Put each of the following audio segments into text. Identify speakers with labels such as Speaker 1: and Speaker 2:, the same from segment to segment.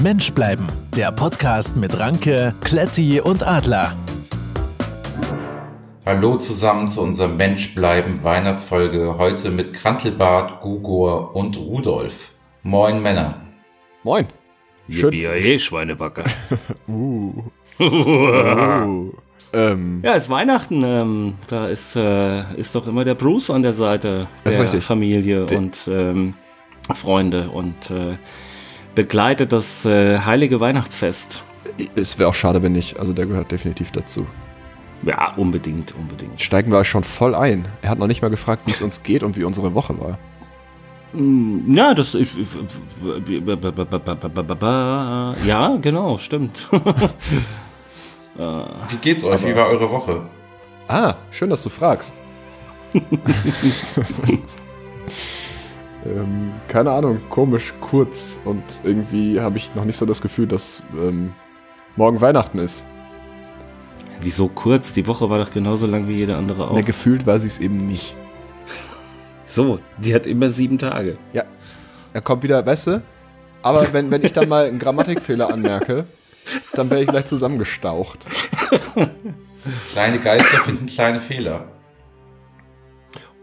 Speaker 1: Mensch bleiben. Der Podcast mit Ranke, Kletti und Adler.
Speaker 2: Hallo zusammen zu unserem Mensch bleiben Weihnachtsfolge. Heute mit Krantelbart, Gugor und Rudolf. Moin Männer.
Speaker 3: Moin. Schön.
Speaker 4: Yippie, eh, Schweinebacke.
Speaker 3: Uh.
Speaker 4: ja,
Speaker 3: Uh. Ähm,
Speaker 4: es ist Weihnachten. Ähm, da ist, äh, ist doch immer der Bruce an der Seite der
Speaker 3: Ist richtig.
Speaker 4: Familie
Speaker 3: Der-
Speaker 4: und ähm, Freunde und äh, begleitet das äh, heilige Weihnachtsfest.
Speaker 3: Es wäre auch schade, wenn nicht. Also der gehört definitiv dazu.
Speaker 4: Ja, unbedingt, unbedingt.
Speaker 3: Steigen wir schon voll ein. Er hat noch nicht mal gefragt, wie es uns geht und wie unsere Woche war.
Speaker 4: Mm, Ja, das. Ich, ich, ja, genau, stimmt.
Speaker 2: Wie geht's euch? Wie war eure Woche?
Speaker 3: Ah, schön, dass du fragst. ähm, keine Ahnung, komisch, kurz. Und irgendwie habe ich noch nicht so das Gefühl, dass ähm, morgen Weihnachten ist.
Speaker 4: Wieso kurz? Die Woche war doch genauso lang wie jede andere auch.
Speaker 3: Na, gefühlt war sie es eben nicht.
Speaker 4: So, die hat immer sieben Tage.
Speaker 3: Ja. Er kommt wieder, weißt du? Aber wenn, wenn ich dann mal einen Grammatikfehler anmerke, dann wäre ich gleich zusammengestaucht.
Speaker 2: Kleine Geister finden kleine Fehler.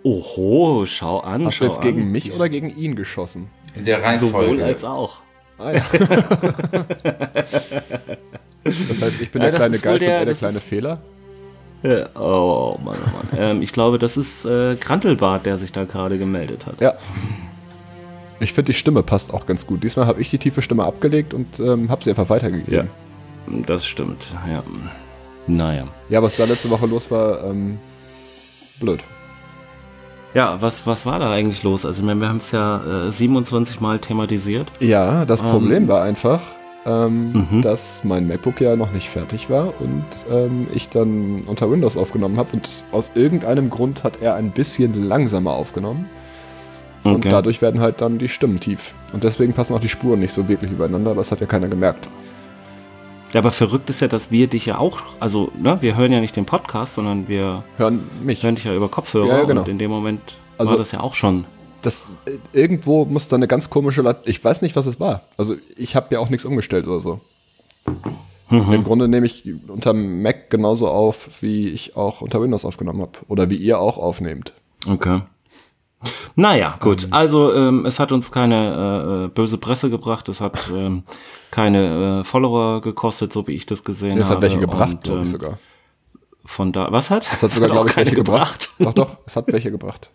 Speaker 4: Oho, schau an.
Speaker 3: Hast du
Speaker 4: schau
Speaker 3: jetzt
Speaker 4: an.
Speaker 3: gegen mich oder gegen ihn geschossen?
Speaker 2: In der
Speaker 4: Sowohl
Speaker 2: Reihenfolge.
Speaker 4: als auch.
Speaker 3: Ah ja. das heißt, ich bin der
Speaker 4: Ja, das
Speaker 3: kleine
Speaker 4: ist wohl
Speaker 3: Geist und
Speaker 4: der-
Speaker 3: er der
Speaker 4: das
Speaker 3: kleine
Speaker 4: ist-
Speaker 3: Fehler.
Speaker 4: Äh, Oh Mann, oh Mann. ähm, ich glaube, das ist äh, Krantelbart, der sich da gerade gemeldet hat.
Speaker 3: Ja. Ich finde, die Stimme passt auch ganz gut. Diesmal habe ich die tiefe Stimme abgelegt und ähm, habe sie einfach weitergegeben.
Speaker 4: Das stimmt, ja. Naja.
Speaker 3: Ja. was da letzte Woche los war, ähm, blöd.
Speaker 4: Ja, was, was war da eigentlich los? Also, ich meine, wir haben es ja äh, 27 Mal thematisiert.
Speaker 3: Ja, das
Speaker 4: Ähm.
Speaker 3: Problem war einfach, ähm,
Speaker 4: Mhm.
Speaker 3: dass mein MacBook ja noch nicht fertig war und ähm, ich dann unter Windows aufgenommen habe und aus irgendeinem Grund hat er ein bisschen langsamer aufgenommen. Und
Speaker 4: Okay.
Speaker 3: dadurch werden halt dann die Stimmen tief. Und deswegen passen auch die Spuren nicht so wirklich übereinander, aber das hat ja keiner gemerkt.
Speaker 4: Ja, aber verrückt ist ja, dass wir dich ja auch, also, ne, wir hören ja nicht den Podcast, sondern wir
Speaker 3: Hören mich.
Speaker 4: hören dich ja über Kopfhörer.
Speaker 3: Ja, ja, genau.
Speaker 4: Und in dem Moment
Speaker 3: Also-
Speaker 4: war das ja auch schon.
Speaker 3: Das, äh, irgendwo muss da eine ganz komische Lat Ich weiß nicht, was es war. Also ich habe ja auch nichts umgestellt oder so.
Speaker 4: Mhm.
Speaker 3: Im Grunde nehme ich unter Mac genauso auf, wie ich auch unter Windows aufgenommen habe. Oder wie ihr auch aufnehmt.
Speaker 4: Okay. Naja, gut. Also ähm, es hat uns keine äh, äh, böse Presse gebracht, es hat ähm, keine äh, Follower gekostet, so wie ich das gesehen
Speaker 3: es
Speaker 4: habe.
Speaker 3: hat welche gebracht,
Speaker 4: Genau,
Speaker 3: glaube
Speaker 4: Und, ähm,
Speaker 3: ich sogar.
Speaker 4: Von da, was hat?
Speaker 3: Es hat sogar,
Speaker 4: auch
Speaker 3: glaube ich,
Speaker 4: keine
Speaker 3: welche gebracht. Doch, doch, es hat welche gebracht.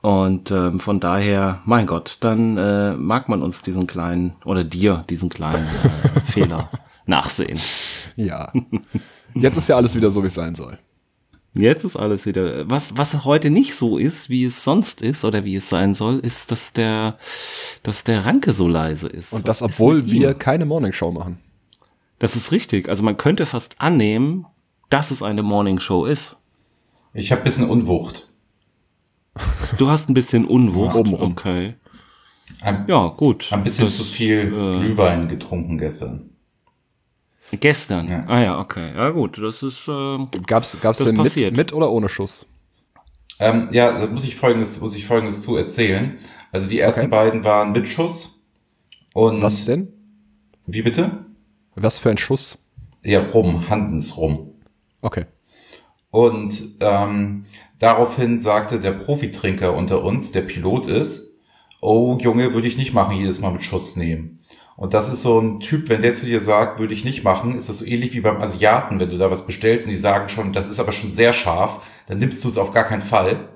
Speaker 4: Und ähm, von daher, mein Gott, dann äh, mag man uns diesen kleinen, oder dir diesen kleinen äh, Fehler nachsehen.
Speaker 3: Ja. Jetzt ist ja alles wieder so, wie es sein soll.
Speaker 4: Jetzt ist alles wieder. Was, was heute nicht so ist, wie es sonst ist oder wie es sein soll, ist, dass der, dass der Ranke so leise ist.
Speaker 3: Und
Speaker 4: Was
Speaker 3: das,
Speaker 4: ist mit
Speaker 3: obwohl
Speaker 4: ihm?
Speaker 3: wir keine Morningshow machen.
Speaker 4: Das ist richtig. Also man könnte fast annehmen, dass es eine Morning Show ist.
Speaker 2: Ich habe bisschen Unwucht.
Speaker 4: Du hast ein bisschen Unwucht.
Speaker 3: Obenrum.
Speaker 4: Okay.
Speaker 2: Ein,
Speaker 4: Ja, gut.
Speaker 2: ein bisschen
Speaker 4: Das- äh,
Speaker 2: zu viel Glühwein getrunken gestern.
Speaker 4: Gestern.
Speaker 2: Ja.
Speaker 4: Ah ja, okay. Ja gut, das ist ähm,
Speaker 3: Gab's, gab's
Speaker 4: Das
Speaker 3: denn mit,
Speaker 4: passiert.
Speaker 3: mit oder ohne Schuss?
Speaker 2: Ähm, ja, da muss ich folgendes, muss ich folgendes zu erzählen. Also die ersten beiden waren mit Schuss. Und
Speaker 4: Mhm.
Speaker 3: Was denn?
Speaker 2: wie bitte?
Speaker 3: Was für ein Schuss?
Speaker 2: Ja, rum, Hansens rum.
Speaker 3: Okay.
Speaker 2: Und ähm, daraufhin sagte der Profitrinker unter uns, der Pilot ist, oh Junge, würde ich nicht machen, jedes Mal mit Schuss nehmen. Und das ist so ein Typ, wenn der zu dir sagt, würde ich nicht machen, ist das so ähnlich wie beim Asiaten, wenn du da was bestellst und die sagen schon, das ist aber schon sehr scharf, dann nimmst du es auf gar keinen Fall.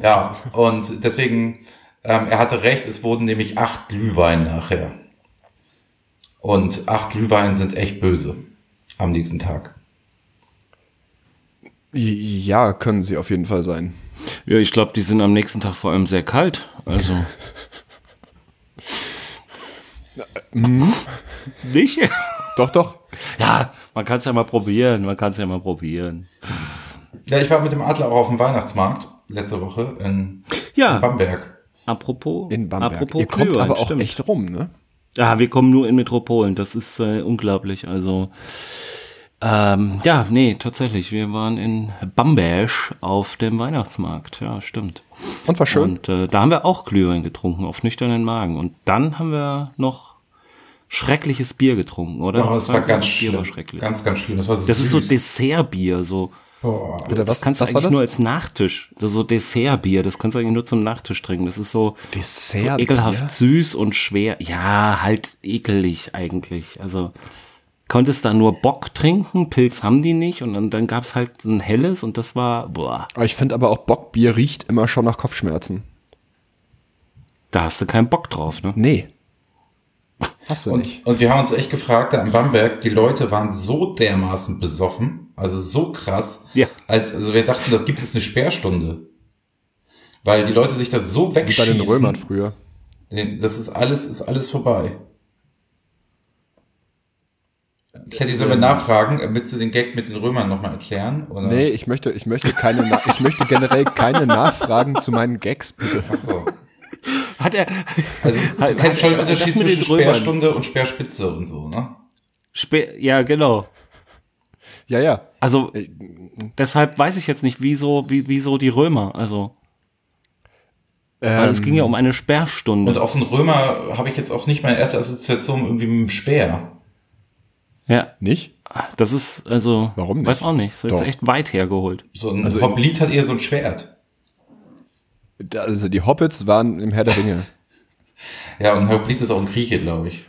Speaker 2: Ja, und deswegen, ähm, er hatte recht, es wurden nämlich acht Glühwein nachher. Und acht Glühwein sind echt böse am nächsten Tag.
Speaker 3: Ja, können sie auf jeden Fall sein.
Speaker 4: ja, ich glaube, die sind am nächsten Tag vor allem sehr kalt. Also nicht?
Speaker 3: Doch, doch.
Speaker 4: Hm? Ja, man kann es ja mal probieren. Man kann es ja mal probieren.
Speaker 2: Ja, ich war mit dem Adler auch auf dem Weihnachtsmarkt letzte Woche in
Speaker 4: Ja,
Speaker 2: Bamberg.
Speaker 4: apropos
Speaker 3: In Bamberg.
Speaker 4: apropos
Speaker 3: Ihr kommt
Speaker 4: Glühwein,
Speaker 3: aber auch
Speaker 4: stimmt.
Speaker 3: echt rum, ne?
Speaker 4: Ja, wir kommen nur in Metropolen. Das ist äh, unglaublich. Also ähm, ja, nee, tatsächlich. Wir waren in Bamberg auf dem Weihnachtsmarkt. Ja, stimmt.
Speaker 3: Und war schön.
Speaker 4: Und äh, da haben wir auch Glühwein getrunken auf nüchternen Magen. Und dann haben wir noch schreckliches Bier getrunken, oder? genau,
Speaker 2: Oh, das war ganz
Speaker 4: Bier
Speaker 2: schlimm.
Speaker 4: war schrecklich.
Speaker 2: Ganz, ganz schlimm. Das war
Speaker 4: das ist so
Speaker 2: süß. Oh.
Speaker 4: Dessertbier, so.
Speaker 2: Boah.
Speaker 3: Bitte,
Speaker 4: Das kannst du eigentlich nur als Nachtisch, das ist so Dessertbier, das kannst du eigentlich nur zum Nachtisch trinken. Das ist so, so
Speaker 3: Dessert.
Speaker 4: ekelhaft süß und schwer. Ja, halt ekelig eigentlich. Also konntest da nur Bock trinken, Pilz haben die nicht und dann, dann gab's halt ein helles und das war, boah,
Speaker 3: Aber ich finde aber auch Bockbier riecht immer schon nach Kopfschmerzen.
Speaker 4: da hast du keinen Bock drauf, ne?
Speaker 3: Nee. Hast du nicht.
Speaker 2: Und, und wir haben uns echt gefragt, da in Bamberg, die Leute waren so dermaßen besoffen, also so krass,
Speaker 4: Ja.
Speaker 2: als also wir dachten, das gibt es eine Sperrstunde. Weil die Leute sich das so
Speaker 3: Wie bei
Speaker 2: wegschießen.
Speaker 3: den Römern früher.
Speaker 2: Nee, Das ist alles, ist alles vorbei. Ich hätte soll mal nachfragen, äh, willst du den Gag mit den Römern nochmal erklären? Oder?
Speaker 3: Nee, ich möchte, ich möchte keine, Na- ich möchte generell keine Nachfragen zu meinen Gags, bitte.
Speaker 2: Achso.
Speaker 4: Hat er
Speaker 2: Also du
Speaker 4: Halt,
Speaker 2: kennst schon den
Speaker 4: das
Speaker 2: Unterschied
Speaker 4: mit den
Speaker 2: zwischen
Speaker 4: Römern.
Speaker 2: Sperrstunde und Sperrspitze und so, ne?
Speaker 4: Spe ja, genau.
Speaker 3: Ja, ja.
Speaker 4: Also
Speaker 3: Äh,
Speaker 4: deshalb weiß ich jetzt nicht, wieso, wie, wieso die Römer, also weil es
Speaker 3: Ähm,
Speaker 4: ging ja um eine Sperrstunde.
Speaker 2: Und aus dem Römer habe ich jetzt auch nicht meine erste Assoziation irgendwie mit dem Speer.
Speaker 4: ja,
Speaker 3: Nicht?
Speaker 4: das ist also
Speaker 3: Warum nicht?
Speaker 4: weiß auch nicht, ist jetzt
Speaker 3: Doch.
Speaker 4: echt weit hergeholt.
Speaker 2: So ein
Speaker 3: Also-
Speaker 2: Hoplite hat eher so ein Schwert.
Speaker 3: Da- Also die Hobbits waren im Herr der Ringe.
Speaker 2: Ja, und Hoplite ist auch ein Grieche, glaube ich.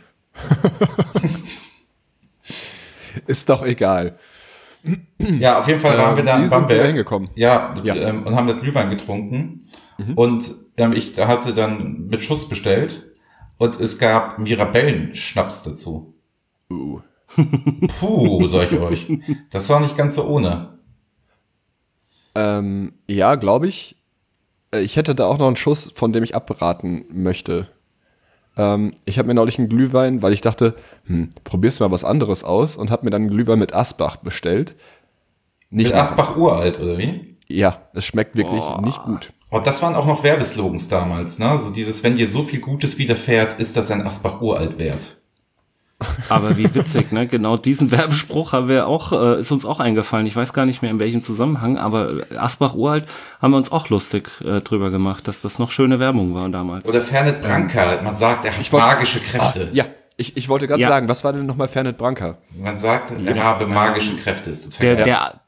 Speaker 3: Ist doch egal. Ähm,
Speaker 2: Ja, auf jeden Fall waren wir da in
Speaker 3: wie Hm. Äh, sind wir da
Speaker 2: Bamberg.
Speaker 3: hingekommen?
Speaker 2: Ja,
Speaker 3: Ja. Mhm.
Speaker 2: Ähm, und haben da Glühwein getrunken. Und ähm, ich hatte dann mit Schuss bestellt. Und es gab Mirabellen-Schnaps dazu.
Speaker 3: Uh.
Speaker 2: Puh, sag ich euch. Das war nicht ganz so ohne.
Speaker 3: Ähm, ja, glaube ich. Äh, Ich hätte da auch noch einen Schuss, von dem ich abraten möchte. Ähm, ich habe mir neulich einen Glühwein, weil ich dachte, hm, probierst du mal was anderes aus und habe mir dann einen Glühwein mit Asbach bestellt. Nicht
Speaker 2: Mit Asbach uralt, oder wie?
Speaker 3: Ja, es schmeckt wirklich nicht gut.
Speaker 2: Und Oh, das waren auch noch Werbeslogans damals, ne? So dieses, wenn dir so viel Gutes widerfährt, ist das ein Asbach uralt wert.
Speaker 4: Aber wie witzig, ne? Genau diesen Werbespruch haben wir auch, äh, ist uns auch eingefallen. Ich weiß gar nicht mehr in welchem Zusammenhang, aber Asbach Uralt haben wir uns auch lustig äh, drüber gemacht, dass das noch schöne Werbung war damals.
Speaker 2: Oder Fernet Branca. Man sagt, er hat
Speaker 3: wollt-
Speaker 2: magische Kräfte.
Speaker 3: Ja, ich, ich wollte gerade
Speaker 4: Ja.
Speaker 3: sagen, was war denn nochmal Fernet Branca?
Speaker 2: Man sagt, er habe magische Kräfte. Ist total
Speaker 4: Ah.
Speaker 2: geil.
Speaker 4: der, der,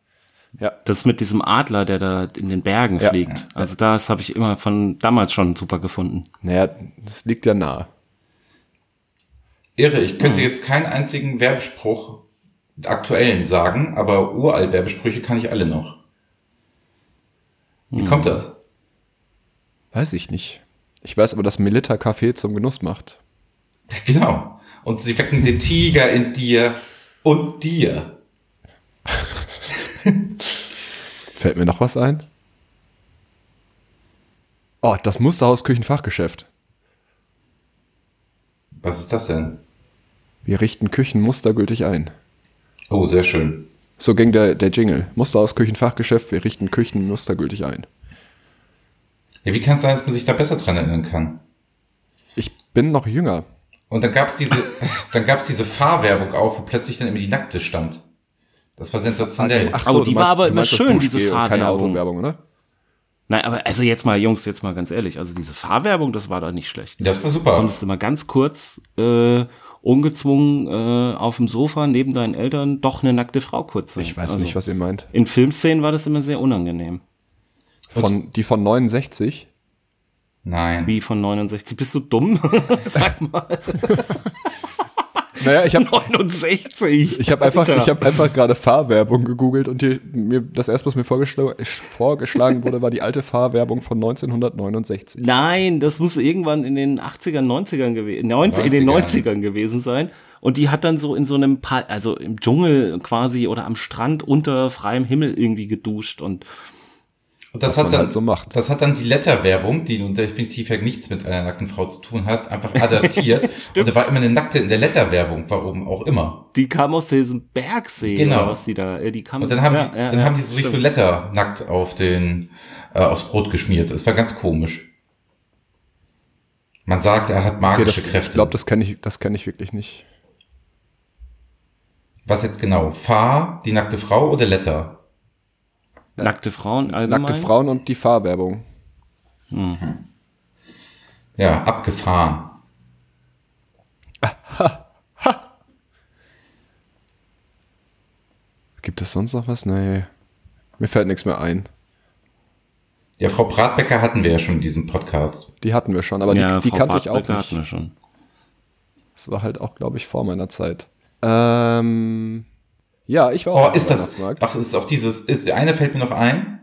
Speaker 3: Ja.
Speaker 4: das mit diesem Adler, der da in den Bergen
Speaker 3: Ja.
Speaker 4: fliegt. Also das habe ich immer von damals schon super gefunden.
Speaker 3: Naja, das liegt ja nahe.
Speaker 2: Irre, ich
Speaker 4: Mhm.
Speaker 2: könnte jetzt keinen einzigen Werbespruch aktuellen sagen, aber uralt Werbesprüche kann ich alle noch. Wie
Speaker 4: Mhm.
Speaker 2: kommt das?
Speaker 3: Weiß ich nicht. Ich weiß aber, dass Melitta Kaffee zum Genuss macht.
Speaker 2: Genau. Und sie wecken den Tiger in dir und dir.
Speaker 3: Fällt mir noch was ein? Oh, das Musterhaus Küchenfachgeschäft.
Speaker 2: Was ist das denn?
Speaker 3: Wir richten Küchen mustergültig ein.
Speaker 2: Oh, sehr schön.
Speaker 3: So ging der, der Jingle. Musterhaus Küchenfachgeschäft, wir richten Küchen mustergültig ein.
Speaker 2: Ja, wie kann es sein, dass man sich da besser dran erinnern kann?
Speaker 3: Ich bin noch jünger.
Speaker 2: Und dann gab's diese, dann gab's diese Fahrwerbung auch, wo plötzlich dann immer die Nackte stand. Das war sensationell.
Speaker 3: Ach
Speaker 4: Aber die
Speaker 3: du
Speaker 4: war
Speaker 3: meinst-
Speaker 4: aber
Speaker 3: du
Speaker 4: immer
Speaker 3: meinst das
Speaker 4: schön, diese
Speaker 3: Duschgel und Keine
Speaker 4: Fahrwerbung.
Speaker 3: Autowerbung, ne?
Speaker 4: Nein, aber also jetzt mal, Jungs, jetzt mal ganz ehrlich, also diese Fahrwerbung, das war doch nicht schlecht.
Speaker 2: Das war super.
Speaker 4: konntest du mal ganz kurz äh, ungezwungen äh, auf dem Sofa neben deinen Eltern doch eine nackte Frau kurz sehen.
Speaker 3: Ich weiß
Speaker 4: Also,
Speaker 3: nicht, was ihr meint.
Speaker 4: In Filmszenen war das immer sehr unangenehm.
Speaker 3: Von, die von 69?
Speaker 2: Nein.
Speaker 4: Wie von 69. Bist du dumm? Sag mal
Speaker 3: Naja, ich habe
Speaker 4: 69.
Speaker 3: Ich habe einfach,
Speaker 4: Alter.
Speaker 3: ich hab einfach gerade Fahrwerbung gegoogelt und hier, mir, das erste, was mir vorgeschl vorgeschlagen wurde, war die alte Fahrwerbung von 1969.
Speaker 4: Nein, das muss irgendwann in den 80ern, 90ern gewesen, 90, in den
Speaker 2: 90ern.
Speaker 4: 90ern gewesen sein. Und die hat dann so in so einem, Pa- also im Dschungel quasi oder am Strand unter freiem Himmel irgendwie geduscht und
Speaker 2: Und das
Speaker 3: man
Speaker 2: hat dann,
Speaker 3: halt so macht.
Speaker 2: das hat dann die Letter-Werbung, die nun definitiv ja nichts mit einer nackten Frau zu tun hat, einfach adaptiert. und da war immer eine nackte in der Letter-Werbung, warum auch immer.
Speaker 4: die kam aus diesem Bergsee
Speaker 2: Genau.
Speaker 4: oder was die da, äh, die kam.
Speaker 2: Und dann haben
Speaker 4: ja,
Speaker 2: die,
Speaker 4: ja,
Speaker 2: dann
Speaker 4: ja,
Speaker 2: haben die so sich so
Speaker 4: stimmt.
Speaker 2: Letter nackt auf den, äh, aufs Brot geschmiert. Das war ganz komisch. Man sagt, er hat
Speaker 3: Okay,
Speaker 2: magische
Speaker 3: das, ich
Speaker 2: Kräfte.
Speaker 3: glaube, das kenne ich, das kenn ich wirklich nicht.
Speaker 2: Was jetzt genau? Fahr, die nackte Frau oder Letter?
Speaker 4: nackte Frauen allgemein.
Speaker 3: Nackte Frauen und die Fahrwerbung.
Speaker 2: Ja, abgefahren.
Speaker 3: Gibt es sonst noch was? Nee. Mir fällt nichts mehr ein.
Speaker 2: Ja, Frau Bratbecker hatten wir ja schon in diesem Podcast.
Speaker 3: Die hatten wir schon, aber
Speaker 4: ja,
Speaker 3: die, die
Speaker 4: Frau
Speaker 3: kannte ich auch
Speaker 4: Bartbecker hatten
Speaker 3: nicht.
Speaker 4: wir schon.
Speaker 3: Das war halt auch, glaube ich, vor meiner Zeit. Ähm, ja, ich war
Speaker 2: Oh,
Speaker 3: auch
Speaker 2: ist
Speaker 3: am
Speaker 2: das,
Speaker 3: Weihnachtsmarkt.
Speaker 2: ach, ist auch dieses, ist, eine fällt mir noch ein.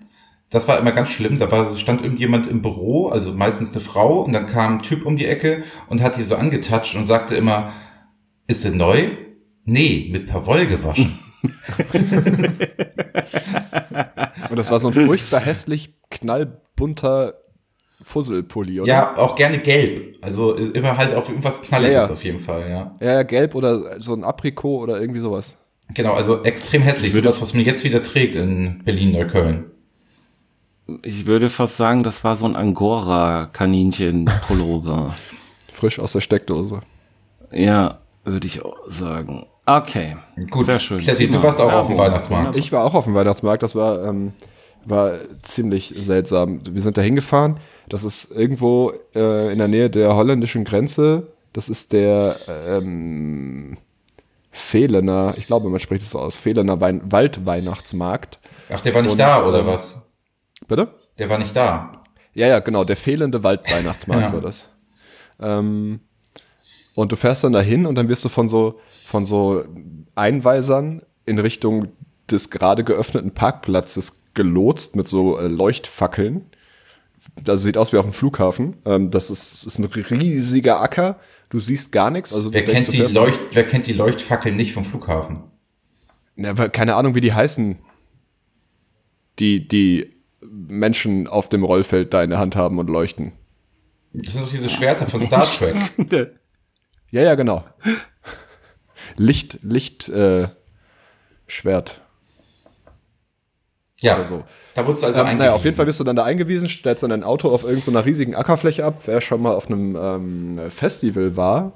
Speaker 2: Das war immer ganz schlimm. Da war, stand irgendjemand im Büro, also meistens eine Frau, und dann kam ein Typ um die Ecke und hat die so angetatscht und sagte immer, ist sie neu? Nee, mit Perwoll gewaschen.
Speaker 3: Und das war so ein furchtbar hässlich knallbunter Fusselpulli, oder?
Speaker 2: ja, auch gerne gelb. Also ist immer halt auf irgendwas Knalliges
Speaker 3: Ja, ja.
Speaker 2: auf jeden Fall, ja.
Speaker 3: Ja, ja, gelb oder so ein Aprikot oder irgendwie sowas.
Speaker 2: Genau, also extrem hässlich.
Speaker 4: Ich
Speaker 2: So
Speaker 4: würde-
Speaker 2: das, was man jetzt wieder trägt in Berlin-Neukölln.
Speaker 4: Ich würde fast sagen, das war so ein Angora-Kaninchen-Pullover.
Speaker 3: Frisch aus der Steckdose.
Speaker 4: ja, würde ich auch sagen. Okay.
Speaker 2: Gut,
Speaker 4: Sehr schön. Genau.
Speaker 2: Kletti, du
Speaker 4: Prima.
Speaker 2: warst auch auf
Speaker 4: Werbung.
Speaker 2: dem Weihnachtsmarkt.
Speaker 3: Ich war auch auf dem Weihnachtsmarkt, das war, ähm, war ziemlich seltsam. Wir sind da hingefahren, das ist irgendwo äh, in der Nähe der holländischen Grenze. Das ist der ähm, Fehlener, ich glaube, man spricht es so aus, Fehlener Wein Waldweihnachtsmarkt.
Speaker 2: Ach, der war nicht
Speaker 3: Und,
Speaker 2: da, oder
Speaker 3: ähm,
Speaker 2: was?
Speaker 3: Bitte?
Speaker 2: Der war nicht da.
Speaker 3: Ja, ja, genau, der fehlende Waldweihnachtsmarkt
Speaker 2: Ja.
Speaker 3: war das. Ähm, und du fährst dann dahin und dann wirst du von so, von so Einweisern in Richtung des gerade geöffneten Parkplatzes gelotst mit so äh, Leuchtfackeln. Das sieht aus wie auf dem Flughafen. Ähm, das, ist, das ist ein riesiger Acker. Du siehst gar nichts. Also du
Speaker 2: Wer
Speaker 3: denkst,
Speaker 2: kennt,
Speaker 3: du
Speaker 2: die
Speaker 3: fährst-
Speaker 2: Leucht, wer kennt die Leuchtfackeln nicht vom Flughafen?
Speaker 3: Na, weil- keine Ahnung, wie die heißen, die die Menschen auf dem Rollfeld da in der Hand haben und leuchten.
Speaker 2: Das sind doch diese Schwerter von Star Trek.
Speaker 3: Ja, ja, genau. Licht, Licht, äh, Schwert
Speaker 2: Ja,
Speaker 3: oder so.
Speaker 2: da wurdest du also
Speaker 3: ähm,
Speaker 2: eingewiesen.
Speaker 3: naja, auf jeden Fall wirst du dann da eingewiesen, stellst dann dein Auto auf irgendeiner riesigen Ackerfläche ab. Wer schon mal auf einem ähm, Festival war,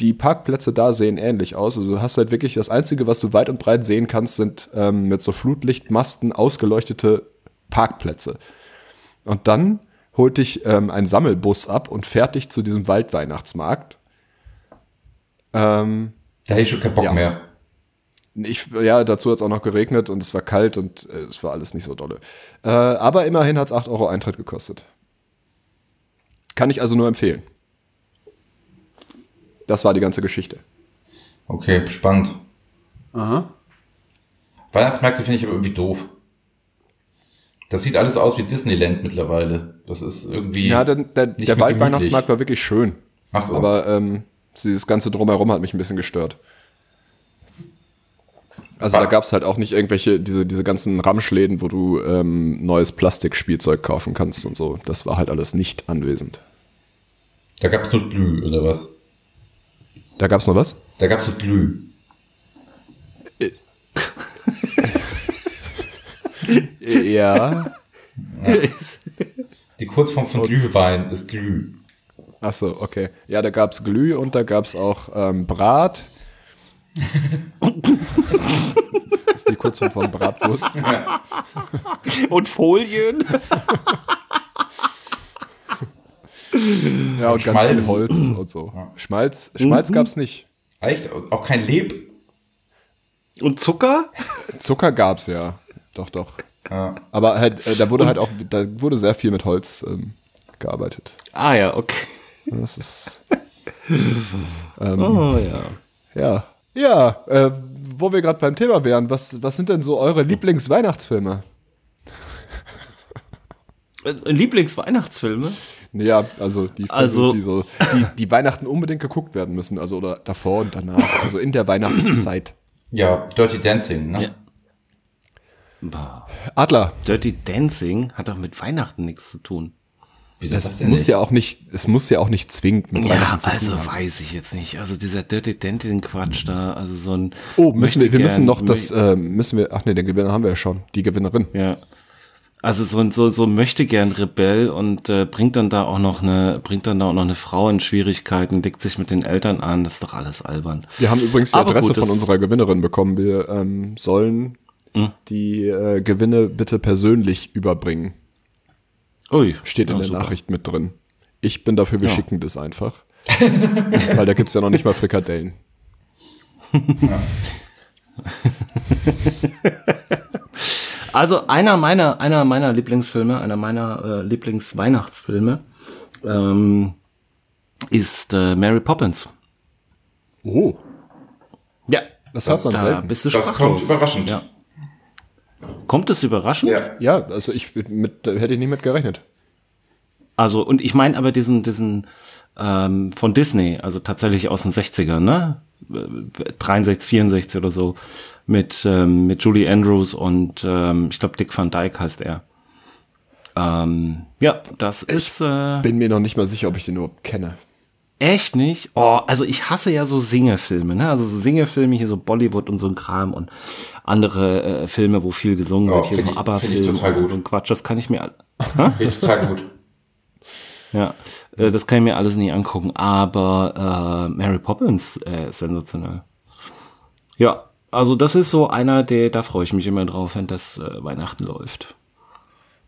Speaker 3: die Parkplätze da sehen ähnlich aus. Also du hast halt wirklich das Einzige, was du weit und breit sehen kannst, sind ähm, mit so Flutlichtmasten ausgeleuchtete Parkplätze. Und dann holt dich ähm, ein Sammelbus ab und fährt dich zu diesem Waldweihnachtsmarkt. Ähm,
Speaker 2: Da hätte ich schon keinen Bock
Speaker 3: Ja.
Speaker 2: mehr.
Speaker 3: Ich, ja, dazu hat es auch noch geregnet und es war kalt und äh, es war alles nicht so dolle. Äh, aber immerhin hat es 8 Euro Eintritt gekostet. Kann ich also nur empfehlen. Das war die ganze Geschichte.
Speaker 2: Okay, spannend. Weihnachtsmärkte finde ich aber irgendwie doof. Das sieht alles aus wie Disneyland mittlerweile. Das ist irgendwie.
Speaker 3: Ja, der, der,
Speaker 2: nicht
Speaker 3: der
Speaker 2: mehr
Speaker 3: Waldweihnachtsmarkt war wirklich schön.
Speaker 2: Ach so.
Speaker 3: Aber ähm, dieses ganze Drumherum hat mich ein bisschen gestört. Also
Speaker 2: Ah.
Speaker 3: da gab es halt auch nicht irgendwelche, diese, diese ganzen Ramschläden, wo du ähm, neues Plastikspielzeug kaufen kannst und so. Das war halt alles nicht anwesend.
Speaker 2: da gab es nur Glüh, oder was?
Speaker 3: Da gab es noch was?
Speaker 2: Da gab es nur Glüh.
Speaker 3: Äh, Ja.
Speaker 2: Die Kurzform von Glühwein ist Glüh.
Speaker 3: Achso, okay. Ja, da gab's Glüh und da gab's auch ähm, Brat. das ist die Kurzform von Bratwurst.
Speaker 4: Und Folien?
Speaker 3: Ja, und ganz
Speaker 2: Schmalz.
Speaker 3: viel Holz und so.
Speaker 2: Ja.
Speaker 3: Schmalz, Schmalz gab's nicht.
Speaker 2: Echt? Auch kein Leb?
Speaker 4: Und Zucker?
Speaker 3: Zucker gab's ja. Doch, doch.
Speaker 2: Ja.
Speaker 3: Aber halt, äh, da wurde halt auch, da wurde sehr viel mit Holz ähm, gearbeitet.
Speaker 4: Ah ja, okay.
Speaker 3: Das ist. Ähm,
Speaker 4: Oh ja.
Speaker 3: Ja. Ja, äh, wo wir gerade beim Thema wären, was, was sind denn so eure Lieblingsweihnachtsfilme?
Speaker 4: Also, Lieblingsweihnachtsfilme?
Speaker 3: Ja, also die Filme,
Speaker 4: Also-
Speaker 3: die so, die, die Weihnachten unbedingt geguckt werden müssen, also oder davor und danach, also in der Weihnachtszeit.
Speaker 2: Ja, Dirty Dancing, ne?
Speaker 4: Ja. Bah.
Speaker 3: Adler,
Speaker 4: Dirty Dancing hat doch mit Weihnachten nichts zu tun.
Speaker 2: Wieso
Speaker 3: das muss
Speaker 2: nicht?
Speaker 3: ja auch nicht, es muss ja auch nicht zwingend mit
Speaker 4: Ja,
Speaker 3: Weihnachten zu tun
Speaker 4: also
Speaker 3: haben.
Speaker 4: weiß ich jetzt nicht. Also dieser Dirty Dancing Quatsch da, also so ein.
Speaker 3: Oh, müssen wir, wir
Speaker 4: Möchte
Speaker 3: müssen
Speaker 4: gern-
Speaker 3: noch das, äh, müssen wir, ach nee, den Gewinner haben wir ja schon, die Gewinnerin.
Speaker 4: Ja. Also so ein so, so möchte gern Rebell und äh, bringt dann da auch noch eine bringt dann da auch noch eine Frau in Schwierigkeiten, legt sich mit den Eltern an, das ist doch alles albern.
Speaker 3: Wir haben übrigens die
Speaker 4: Aber
Speaker 3: Adresse
Speaker 4: gut,
Speaker 3: von
Speaker 4: das- Hm.
Speaker 3: unserer Gewinnerin bekommen. Wir ähm, sollen die äh, Gewinne bitte persönlich überbringen.
Speaker 4: Ui,
Speaker 3: Steht in
Speaker 4: ja,
Speaker 3: der
Speaker 4: Ah, super.
Speaker 3: Nachricht mit drin. Ich bin dafür, wir
Speaker 4: Ja.
Speaker 3: schicken das einfach. Weil da gibt's ja noch nicht mal Frikadellen.
Speaker 4: also einer meiner, einer meiner Lieblingsfilme, einer meiner äh, Lieblingsweihnachtsfilme ähm, ist äh, Mary Poppins.
Speaker 3: Oh,
Speaker 4: Ja.
Speaker 3: das hat man
Speaker 4: da
Speaker 3: selten.
Speaker 4: bist du
Speaker 2: Das
Speaker 4: sprachlos.
Speaker 2: kommt überraschend.
Speaker 4: Ja. Kommt es überraschend?
Speaker 2: Ja.
Speaker 3: Ja, also ich mit, da hätte ich nicht mit gerechnet.
Speaker 4: Also, und ich meine aber diesen, diesen ähm, von Disney, also tatsächlich aus den 60ern, ne? 63, 64 oder so, mit, ähm, mit Julie Andrews und ähm, ich glaube Dick Van Dyke heißt er. Ähm, ja, das ist äh,
Speaker 3: Bin mir noch nicht mal sicher, ob ich den überhaupt kenne.
Speaker 4: echt nicht. Oh, also ich hasse ja so Singefilme, ne? Also so Singefilme hier, so Bollywood und so ein Kram und andere äh, Filme, wo viel gesungen
Speaker 2: Ja,
Speaker 4: wird, hier
Speaker 2: find
Speaker 4: so
Speaker 2: ich- find ich
Speaker 4: ABBA-Filme
Speaker 2: total gut.
Speaker 4: und so ein Quatsch, das kann ich mir all-
Speaker 2: Finde ich total gut.
Speaker 4: Ja, äh, das kann ich mir alles nie angucken, aber äh, Mary Poppins äh, ist sensationell. Ja, also das ist so einer, der, da freue ich mich immer drauf, wenn das äh, Weihnachten läuft.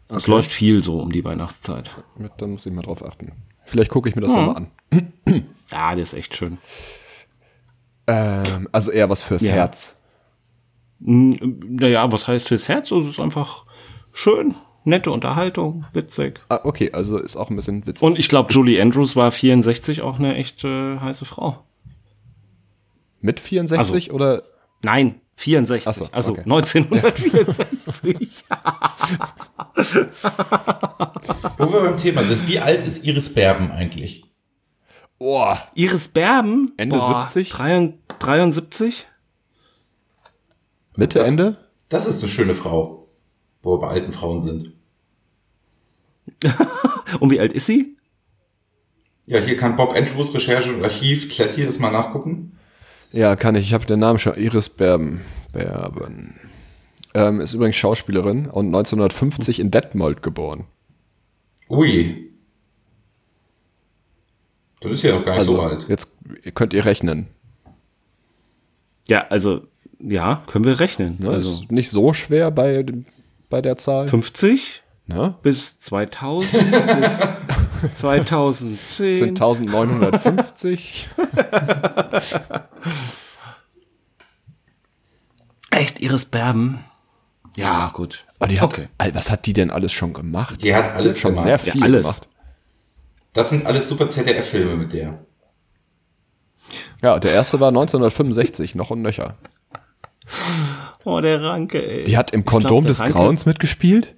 Speaker 4: Es läuft viel so um die Weihnachtszeit.
Speaker 3: Da muss ich mal drauf achten. Vielleicht gucke ich mir das
Speaker 4: Hm.
Speaker 3: nochmal an.
Speaker 4: Ja, der ist echt schön.
Speaker 3: Ähm, also eher was fürs
Speaker 4: Ja.
Speaker 3: Herz.
Speaker 4: Hm, Naja, was heißt fürs Herz? Also, es ist einfach schön, nette Unterhaltung, witzig.
Speaker 3: Ah, okay, also ist auch ein bisschen witzig.
Speaker 4: Und ich glaube, Julie Andrews war 64 auch eine echt äh, heiße Frau.
Speaker 3: mit
Speaker 4: Also
Speaker 3: 64 oder?
Speaker 4: Nein, 64.
Speaker 3: Ach so,
Speaker 4: also
Speaker 3: okay.
Speaker 4: 1964.
Speaker 2: Wo wir beim Thema sind, wie alt ist Iris Berben eigentlich?
Speaker 3: Boah,
Speaker 4: Iris Berben.
Speaker 3: Ende 70?
Speaker 4: 3, 73?
Speaker 3: Mitte,
Speaker 2: Das-
Speaker 3: Ende?
Speaker 2: Das ist eine schöne Frau, wo wir bei alten Frauen sind.
Speaker 4: Und wie alt ist sie?
Speaker 2: Ja, hier kann Bob Andrews Recherche und Archiv Kletti das mal nachgucken.
Speaker 3: Ja, kann ich. Ich habe den Namen schon. Iris Berben. Berben. Ähm, ist übrigens Schauspielerin und 1950 in Detmold geboren.
Speaker 2: Ui. Das ist ja noch gar nicht so
Speaker 3: Also
Speaker 2: alt.
Speaker 3: jetzt könnt ihr rechnen.
Speaker 4: Ja, also, ja, können wir rechnen.
Speaker 3: Ne?
Speaker 4: Also
Speaker 3: Ist nicht so schwer bei, dem- bei der Zahl.
Speaker 4: 50
Speaker 3: Ne?
Speaker 4: bis 2000 bis 2010.
Speaker 3: Sind 1950.
Speaker 4: Echt, Iris Berben? Ja, gut.
Speaker 3: Ah, die hat,
Speaker 4: Okay.
Speaker 3: Al- Was hat die denn alles schon gemacht?
Speaker 2: Die hat alles
Speaker 3: schon
Speaker 2: gemacht.
Speaker 3: sehr viel
Speaker 4: Ja, alles.
Speaker 3: gemacht.
Speaker 2: Das sind alles super ZDF-Filme mit der.
Speaker 3: Ja, der erste war 1965, noch und nöcher.
Speaker 4: Oh, der Ranke, ey.
Speaker 3: Die hat im
Speaker 4: Ich glaub,
Speaker 3: Kondom
Speaker 4: der
Speaker 3: des
Speaker 4: Ranke-
Speaker 3: Grauens mitgespielt?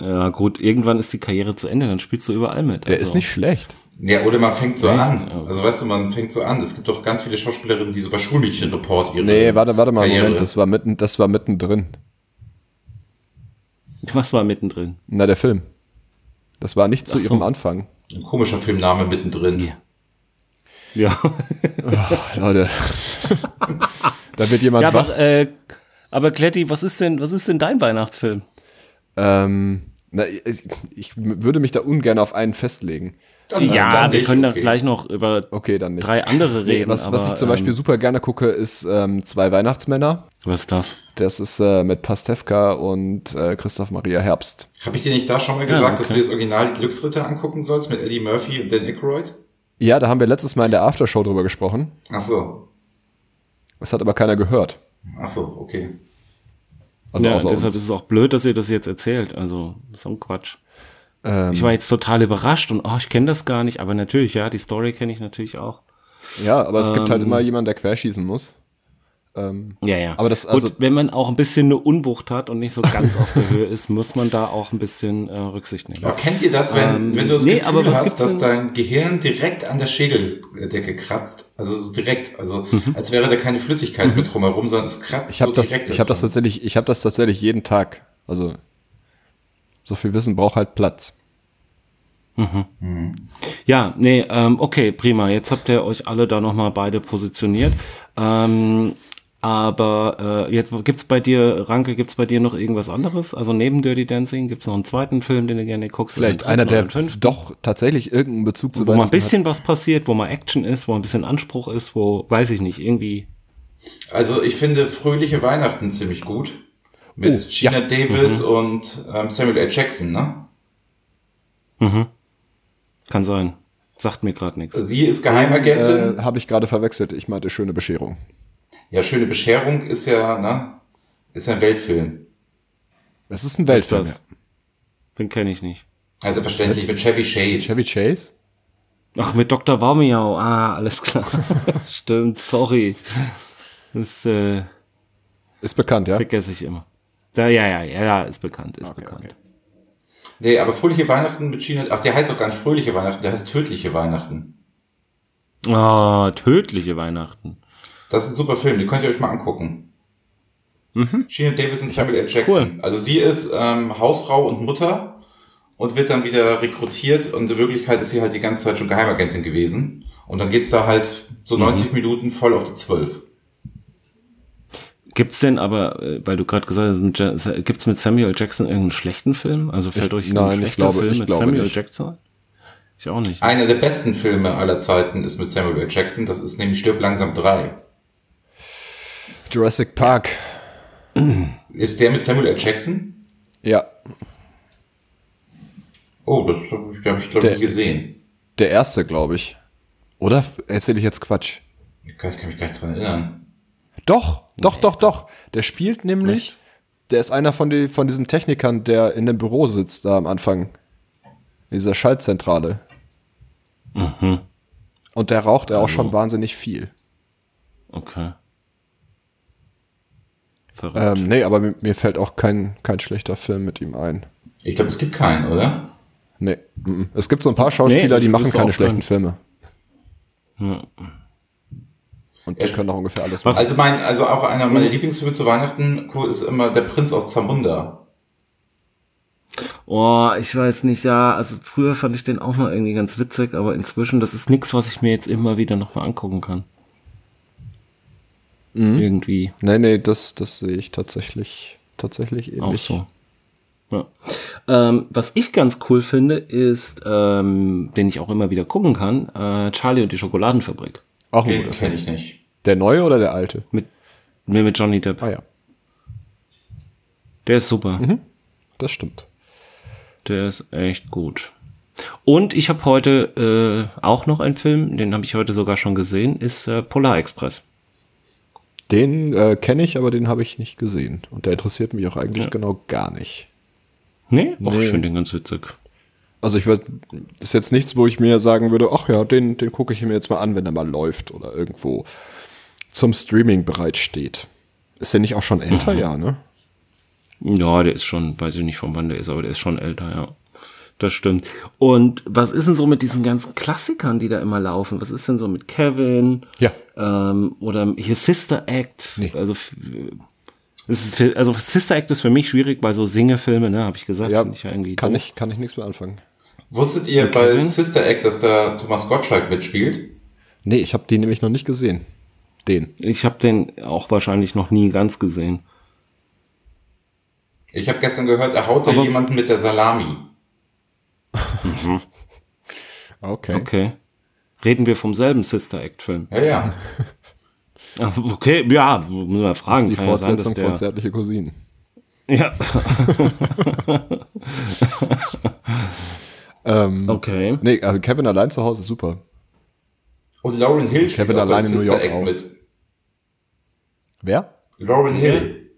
Speaker 4: Ja, gut, irgendwann ist die Karriere zu Ende, dann spielst du überall mit.
Speaker 3: Der
Speaker 4: also.
Speaker 3: ist nicht schlecht.
Speaker 2: Ja, oder man fängt so
Speaker 4: Echt?
Speaker 2: an.
Speaker 4: Ja.
Speaker 2: Also weißt du, man fängt so an. Es gibt doch ganz viele Schauspielerinnen, die so bei Schulmädchenreport ihre.
Speaker 3: Nee, warte, warte mal,
Speaker 2: Karriere.
Speaker 3: Moment, das war, mitten, das war mittendrin.
Speaker 4: Was war mittendrin?
Speaker 3: Na, der Film. Das war nicht zu
Speaker 4: Ach so.
Speaker 3: ihrem Anfang.
Speaker 2: Ein komischer Filmname mittendrin.
Speaker 4: Ja.
Speaker 3: Oh, Leute. da wird jemand
Speaker 4: ja,
Speaker 3: wach.
Speaker 4: aber, äh, aber Kletti, was ist denn, was ist denn dein Weihnachtsfilm?
Speaker 3: Ähm, na, ich, ich würde mich da ungern auf einen festlegen.
Speaker 2: Dann-
Speaker 4: ja,
Speaker 2: dann
Speaker 4: wir
Speaker 2: nicht,
Speaker 4: können
Speaker 2: okay.
Speaker 4: da gleich noch über
Speaker 3: Okay, dann nicht.
Speaker 4: drei andere
Speaker 3: nee,
Speaker 4: reden.
Speaker 3: was,
Speaker 4: aber,
Speaker 3: was ich zum Beispiel
Speaker 4: Ähm,
Speaker 3: super gerne gucke, ist ähm, Zwei Weihnachtsmänner.
Speaker 4: was ist das?
Speaker 3: Das ist äh, mit Pastewka und äh, Christoph Maria Herbst.
Speaker 2: Habe ich dir nicht da schon mal gesagt, dass du
Speaker 4: okay.
Speaker 2: dir das Original Glücksritter angucken sollst mit Eddie Murphy und Dan Aykroyd?
Speaker 3: Ja, da haben wir letztes Mal in der Aftershow drüber gesprochen.
Speaker 2: Ach so.
Speaker 3: Das hat aber keiner gehört.
Speaker 2: Ach so, okay.
Speaker 3: Also
Speaker 4: ja,
Speaker 3: außer
Speaker 4: deshalb
Speaker 3: uns.
Speaker 4: ist es auch blöd, dass ihr das jetzt erzählt. Also, so ein Quatsch.
Speaker 3: Ähm.
Speaker 4: ich war jetzt total überrascht und, oh, ich kenne das gar nicht. Aber natürlich, ja, die Story kenne ich natürlich auch.
Speaker 3: ja, aber es gibt
Speaker 4: ähm,
Speaker 3: halt immer jemanden, der querschießen muss.
Speaker 4: Ja, ja.
Speaker 3: Aber das-
Speaker 4: Gut,
Speaker 3: also-
Speaker 4: wenn man auch ein bisschen eine Unwucht hat und nicht so ganz auf der Höhe ist, muss man da auch ein bisschen äh, Rücksicht nehmen.
Speaker 2: Aber kennt ihr das, wenn,
Speaker 4: Ähm,
Speaker 2: wenn du das
Speaker 4: nee,
Speaker 2: Gefühl
Speaker 4: aber was
Speaker 2: hast,
Speaker 4: gibt's
Speaker 2: dass
Speaker 4: denn-
Speaker 2: dein Gehirn direkt an der Schädeldecke kratzt? Also so direkt, also
Speaker 4: Mhm.
Speaker 2: als wäre da keine Flüssigkeit mit drumherum, sondern es kratzt
Speaker 3: Ich habe
Speaker 2: so
Speaker 3: das,
Speaker 2: direkt.
Speaker 3: ich habe das
Speaker 2: daran.
Speaker 3: tatsächlich, ich habe das tatsächlich jeden Tag. Also so viel Wissen braucht halt Platz.
Speaker 4: Ja, nee, ähm, okay, prima. Jetzt habt ihr euch alle da nochmal beide positioniert. Ähm, aber äh, jetzt gibt's bei dir, Ranke, gibt's bei dir noch irgendwas anderes? Also neben Dirty Dancing gibt's noch einen zweiten Film, den du gerne guckst? oder
Speaker 3: Vielleicht
Speaker 4: einen
Speaker 3: einer,
Speaker 4: dritten
Speaker 3: der
Speaker 4: oder einen fünften,
Speaker 3: doch tatsächlich irgendeinen Bezug zu
Speaker 4: wo mal ein
Speaker 3: Weihnachten
Speaker 4: bisschen was passiert, wo mal Action ist, wo ein bisschen Anspruch ist, wo, weiß ich nicht, irgendwie.
Speaker 2: Also ich finde Fröhliche Weihnachten ziemlich gut. Mit
Speaker 3: Oh,
Speaker 2: Gina
Speaker 3: ja.
Speaker 2: Davis
Speaker 4: Mhm.
Speaker 2: und ähm, Samuel L. Jackson, ne?
Speaker 4: Kann sein. Sagt mir gerade nichts.
Speaker 2: Sie ist
Speaker 3: hat.
Speaker 2: Geheimagentin.
Speaker 3: Äh, habe ich gerade verwechselt. Ich meinte schöne Bescherung.
Speaker 2: ja, schöne Bescherung ist ja, ne? Ist ein Weltfilm.
Speaker 3: Das ist ein Weltfilm.
Speaker 4: das? Den kenne ich nicht.
Speaker 2: Also verständlich mit Chevy Chase.
Speaker 3: Chevy Chase?
Speaker 4: Ach, mit Dr. Baumiau. Ah, alles klar. Stimmt, sorry. Das äh,
Speaker 3: Ist bekannt, ja?
Speaker 4: vergesse ich immer. Da, ja, ja, ja, ja, ist bekannt, ist bekannt.
Speaker 2: Nee, aber Fröhliche Weihnachten mit Gina. Ach, der heißt auch gar nicht Fröhliche Weihnachten, der heißt Tödliche Weihnachten.
Speaker 4: Ah, tödliche Weihnachten.
Speaker 2: Das ist ein super Film, den könnt ihr euch mal angucken.
Speaker 3: Mhm.
Speaker 2: Gina Davis und Samuel L. Jackson. Also sie ist ähm, Hausfrau und Mutter und wird dann wieder rekrutiert und in Wirklichkeit ist sie halt die ganze Zeit schon Geheimagentin gewesen. Und dann geht's da halt so
Speaker 3: Mhm.
Speaker 2: 90 Minuten voll auf die 12.
Speaker 4: Gibt's denn aber, äh, weil du gerade gesagt hast, mit Ja- Sa- gibt's mit Samuel Jackson irgendeinen schlechten Film? Also fällt
Speaker 3: Ich-
Speaker 4: euch
Speaker 3: nein,
Speaker 4: ein
Speaker 3: ich
Speaker 4: schlechter
Speaker 3: glaube-
Speaker 4: Film
Speaker 3: ich
Speaker 4: mit
Speaker 3: glaube
Speaker 4: Samuel
Speaker 3: nicht.
Speaker 4: Jackson? ein? Ich auch nicht.
Speaker 2: Einer der besten Filme aller Zeiten ist mit Samuel L. Jackson. Das ist nämlich Stirb langsam 3.
Speaker 3: Jurassic Park.
Speaker 2: Ist der mit Samuel L. Jackson?
Speaker 3: Ja.
Speaker 2: Oh, das habe ich, glaube ich, glaub,
Speaker 3: Der-
Speaker 2: nie gesehen.
Speaker 3: Der erste, glaube ich. Oder erzähle ich jetzt Quatsch?
Speaker 2: Ich kann, ich kann mich gar nicht dran erinnern.
Speaker 3: Doch, doch, doch, doch. Der spielt nämlich, der ist einer von, die, von diesen Technikern, der in dem Büro sitzt da am Anfang. In dieser Schaltzentrale.
Speaker 4: Mhm.
Speaker 3: Und der raucht ja auch
Speaker 4: Also
Speaker 3: schon wahnsinnig viel.
Speaker 4: Okay. Verrückt.
Speaker 3: Ähm, nee, aber mir, mir fällt auch kein, kein schlechter Film mit ihm ein.
Speaker 2: Ich glaube, es gibt keinen, oder?
Speaker 3: Nee. mhm. Es gibt so ein paar Schauspieler,
Speaker 4: Nee,
Speaker 3: die machen
Speaker 4: wüsste
Speaker 3: keine
Speaker 4: auch
Speaker 3: schlechten
Speaker 4: keinen.
Speaker 3: Filme.
Speaker 4: Ja.
Speaker 3: Und die können auch ungefähr alles
Speaker 4: Was-
Speaker 3: machen.
Speaker 2: Also mein, also auch einer meiner Lieblingsfilme zu Weihnachten ist immer Der Prinz aus Zamunda.
Speaker 4: Oh, ich weiß nicht, ja, also früher fand ich den auch mal irgendwie ganz witzig, aber inzwischen, das ist nichts, was ich mir jetzt immer wieder nochmal angucken kann.
Speaker 3: Mhm.
Speaker 4: Irgendwie.
Speaker 3: Nee, nee, das, das sehe ich tatsächlich, tatsächlich
Speaker 4: Auch
Speaker 3: ähnlich.
Speaker 4: so. Ja. Ähm, was ich ganz cool finde, ist, ähm, den ich auch immer wieder gucken kann, äh, Charlie und die Schokoladenfabrik.
Speaker 3: Auch ein
Speaker 2: Den
Speaker 3: guter
Speaker 2: kenne
Speaker 3: Film.
Speaker 2: ich nicht.
Speaker 3: Der neue oder der alte?
Speaker 4: Mit, nee, mit Johnny Depp.
Speaker 3: Ah ja, Mhm.
Speaker 4: Der ist super.
Speaker 3: das stimmt.
Speaker 4: Der ist echt gut. Und ich habe heute äh, auch noch einen Film, den habe ich heute sogar schon gesehen, ist äh, Polar Express.
Speaker 3: Den äh, kenne ich, aber den habe ich nicht gesehen. Und der interessiert mich auch eigentlich genau gar nicht.
Speaker 4: Nee? Auch
Speaker 3: Nee.
Speaker 4: schön, den ganz witzig.
Speaker 3: Also ich würd, ist jetzt nichts, wo ich mir sagen würde, ach ja, den, den gucke ich mir jetzt mal an, wenn er mal läuft oder irgendwo zum Streaming bereitsteht. Ist der nicht auch schon
Speaker 4: Mhm.
Speaker 3: älter, ja, ne?
Speaker 4: Ja, der ist schon, weiß ich nicht, von wann der ist, aber der ist schon älter, ja. Das stimmt. Und was ist denn so mit diesen ganzen Klassikern, die da immer laufen? Was ist denn so mit Kevin?
Speaker 3: Ja.
Speaker 4: Ähm, oder hier Sister Act.
Speaker 3: Nee.
Speaker 4: Also, f- es ist für, also Sister Act ist für mich schwierig bei so Singefilmen, ne, habe ich gesagt.
Speaker 3: Ja,
Speaker 4: Find ich ja irgendwie
Speaker 3: kann,
Speaker 4: doof.
Speaker 3: ich, kann ich nichts mehr anfangen.
Speaker 2: Wusstet ihr bei Sister Act, dass da Thomas Gottschalk mitspielt?
Speaker 3: Nee, ich habe den nämlich noch nicht gesehen. Den.
Speaker 4: Ich habe den auch wahrscheinlich noch nie ganz gesehen.
Speaker 2: Ich habe gestern gehört, er haut da
Speaker 4: Aber-
Speaker 2: jemanden mit der Salami.
Speaker 3: Okay.
Speaker 4: Okay. Reden wir vom selben Sister Act-Film.
Speaker 2: Ja, ja.
Speaker 4: Ah, Okay, ja, müssen wir
Speaker 3: Das
Speaker 4: fragen.
Speaker 3: ist die
Speaker 4: Kann ja sein,
Speaker 3: Fortsetzung
Speaker 4: dass
Speaker 3: von
Speaker 4: der-
Speaker 3: Zärtliche Cousinen.
Speaker 4: Ja,
Speaker 3: Ähm,
Speaker 4: okay.
Speaker 3: Nee, also Kevin allein zu Hause ist super.
Speaker 2: Und Lauren Hill spielt
Speaker 3: Kevin
Speaker 2: auch bei
Speaker 3: allein in New
Speaker 2: Sister
Speaker 3: York
Speaker 2: Act
Speaker 3: auch.
Speaker 2: mit.
Speaker 3: Wer?
Speaker 2: Lauren Hill.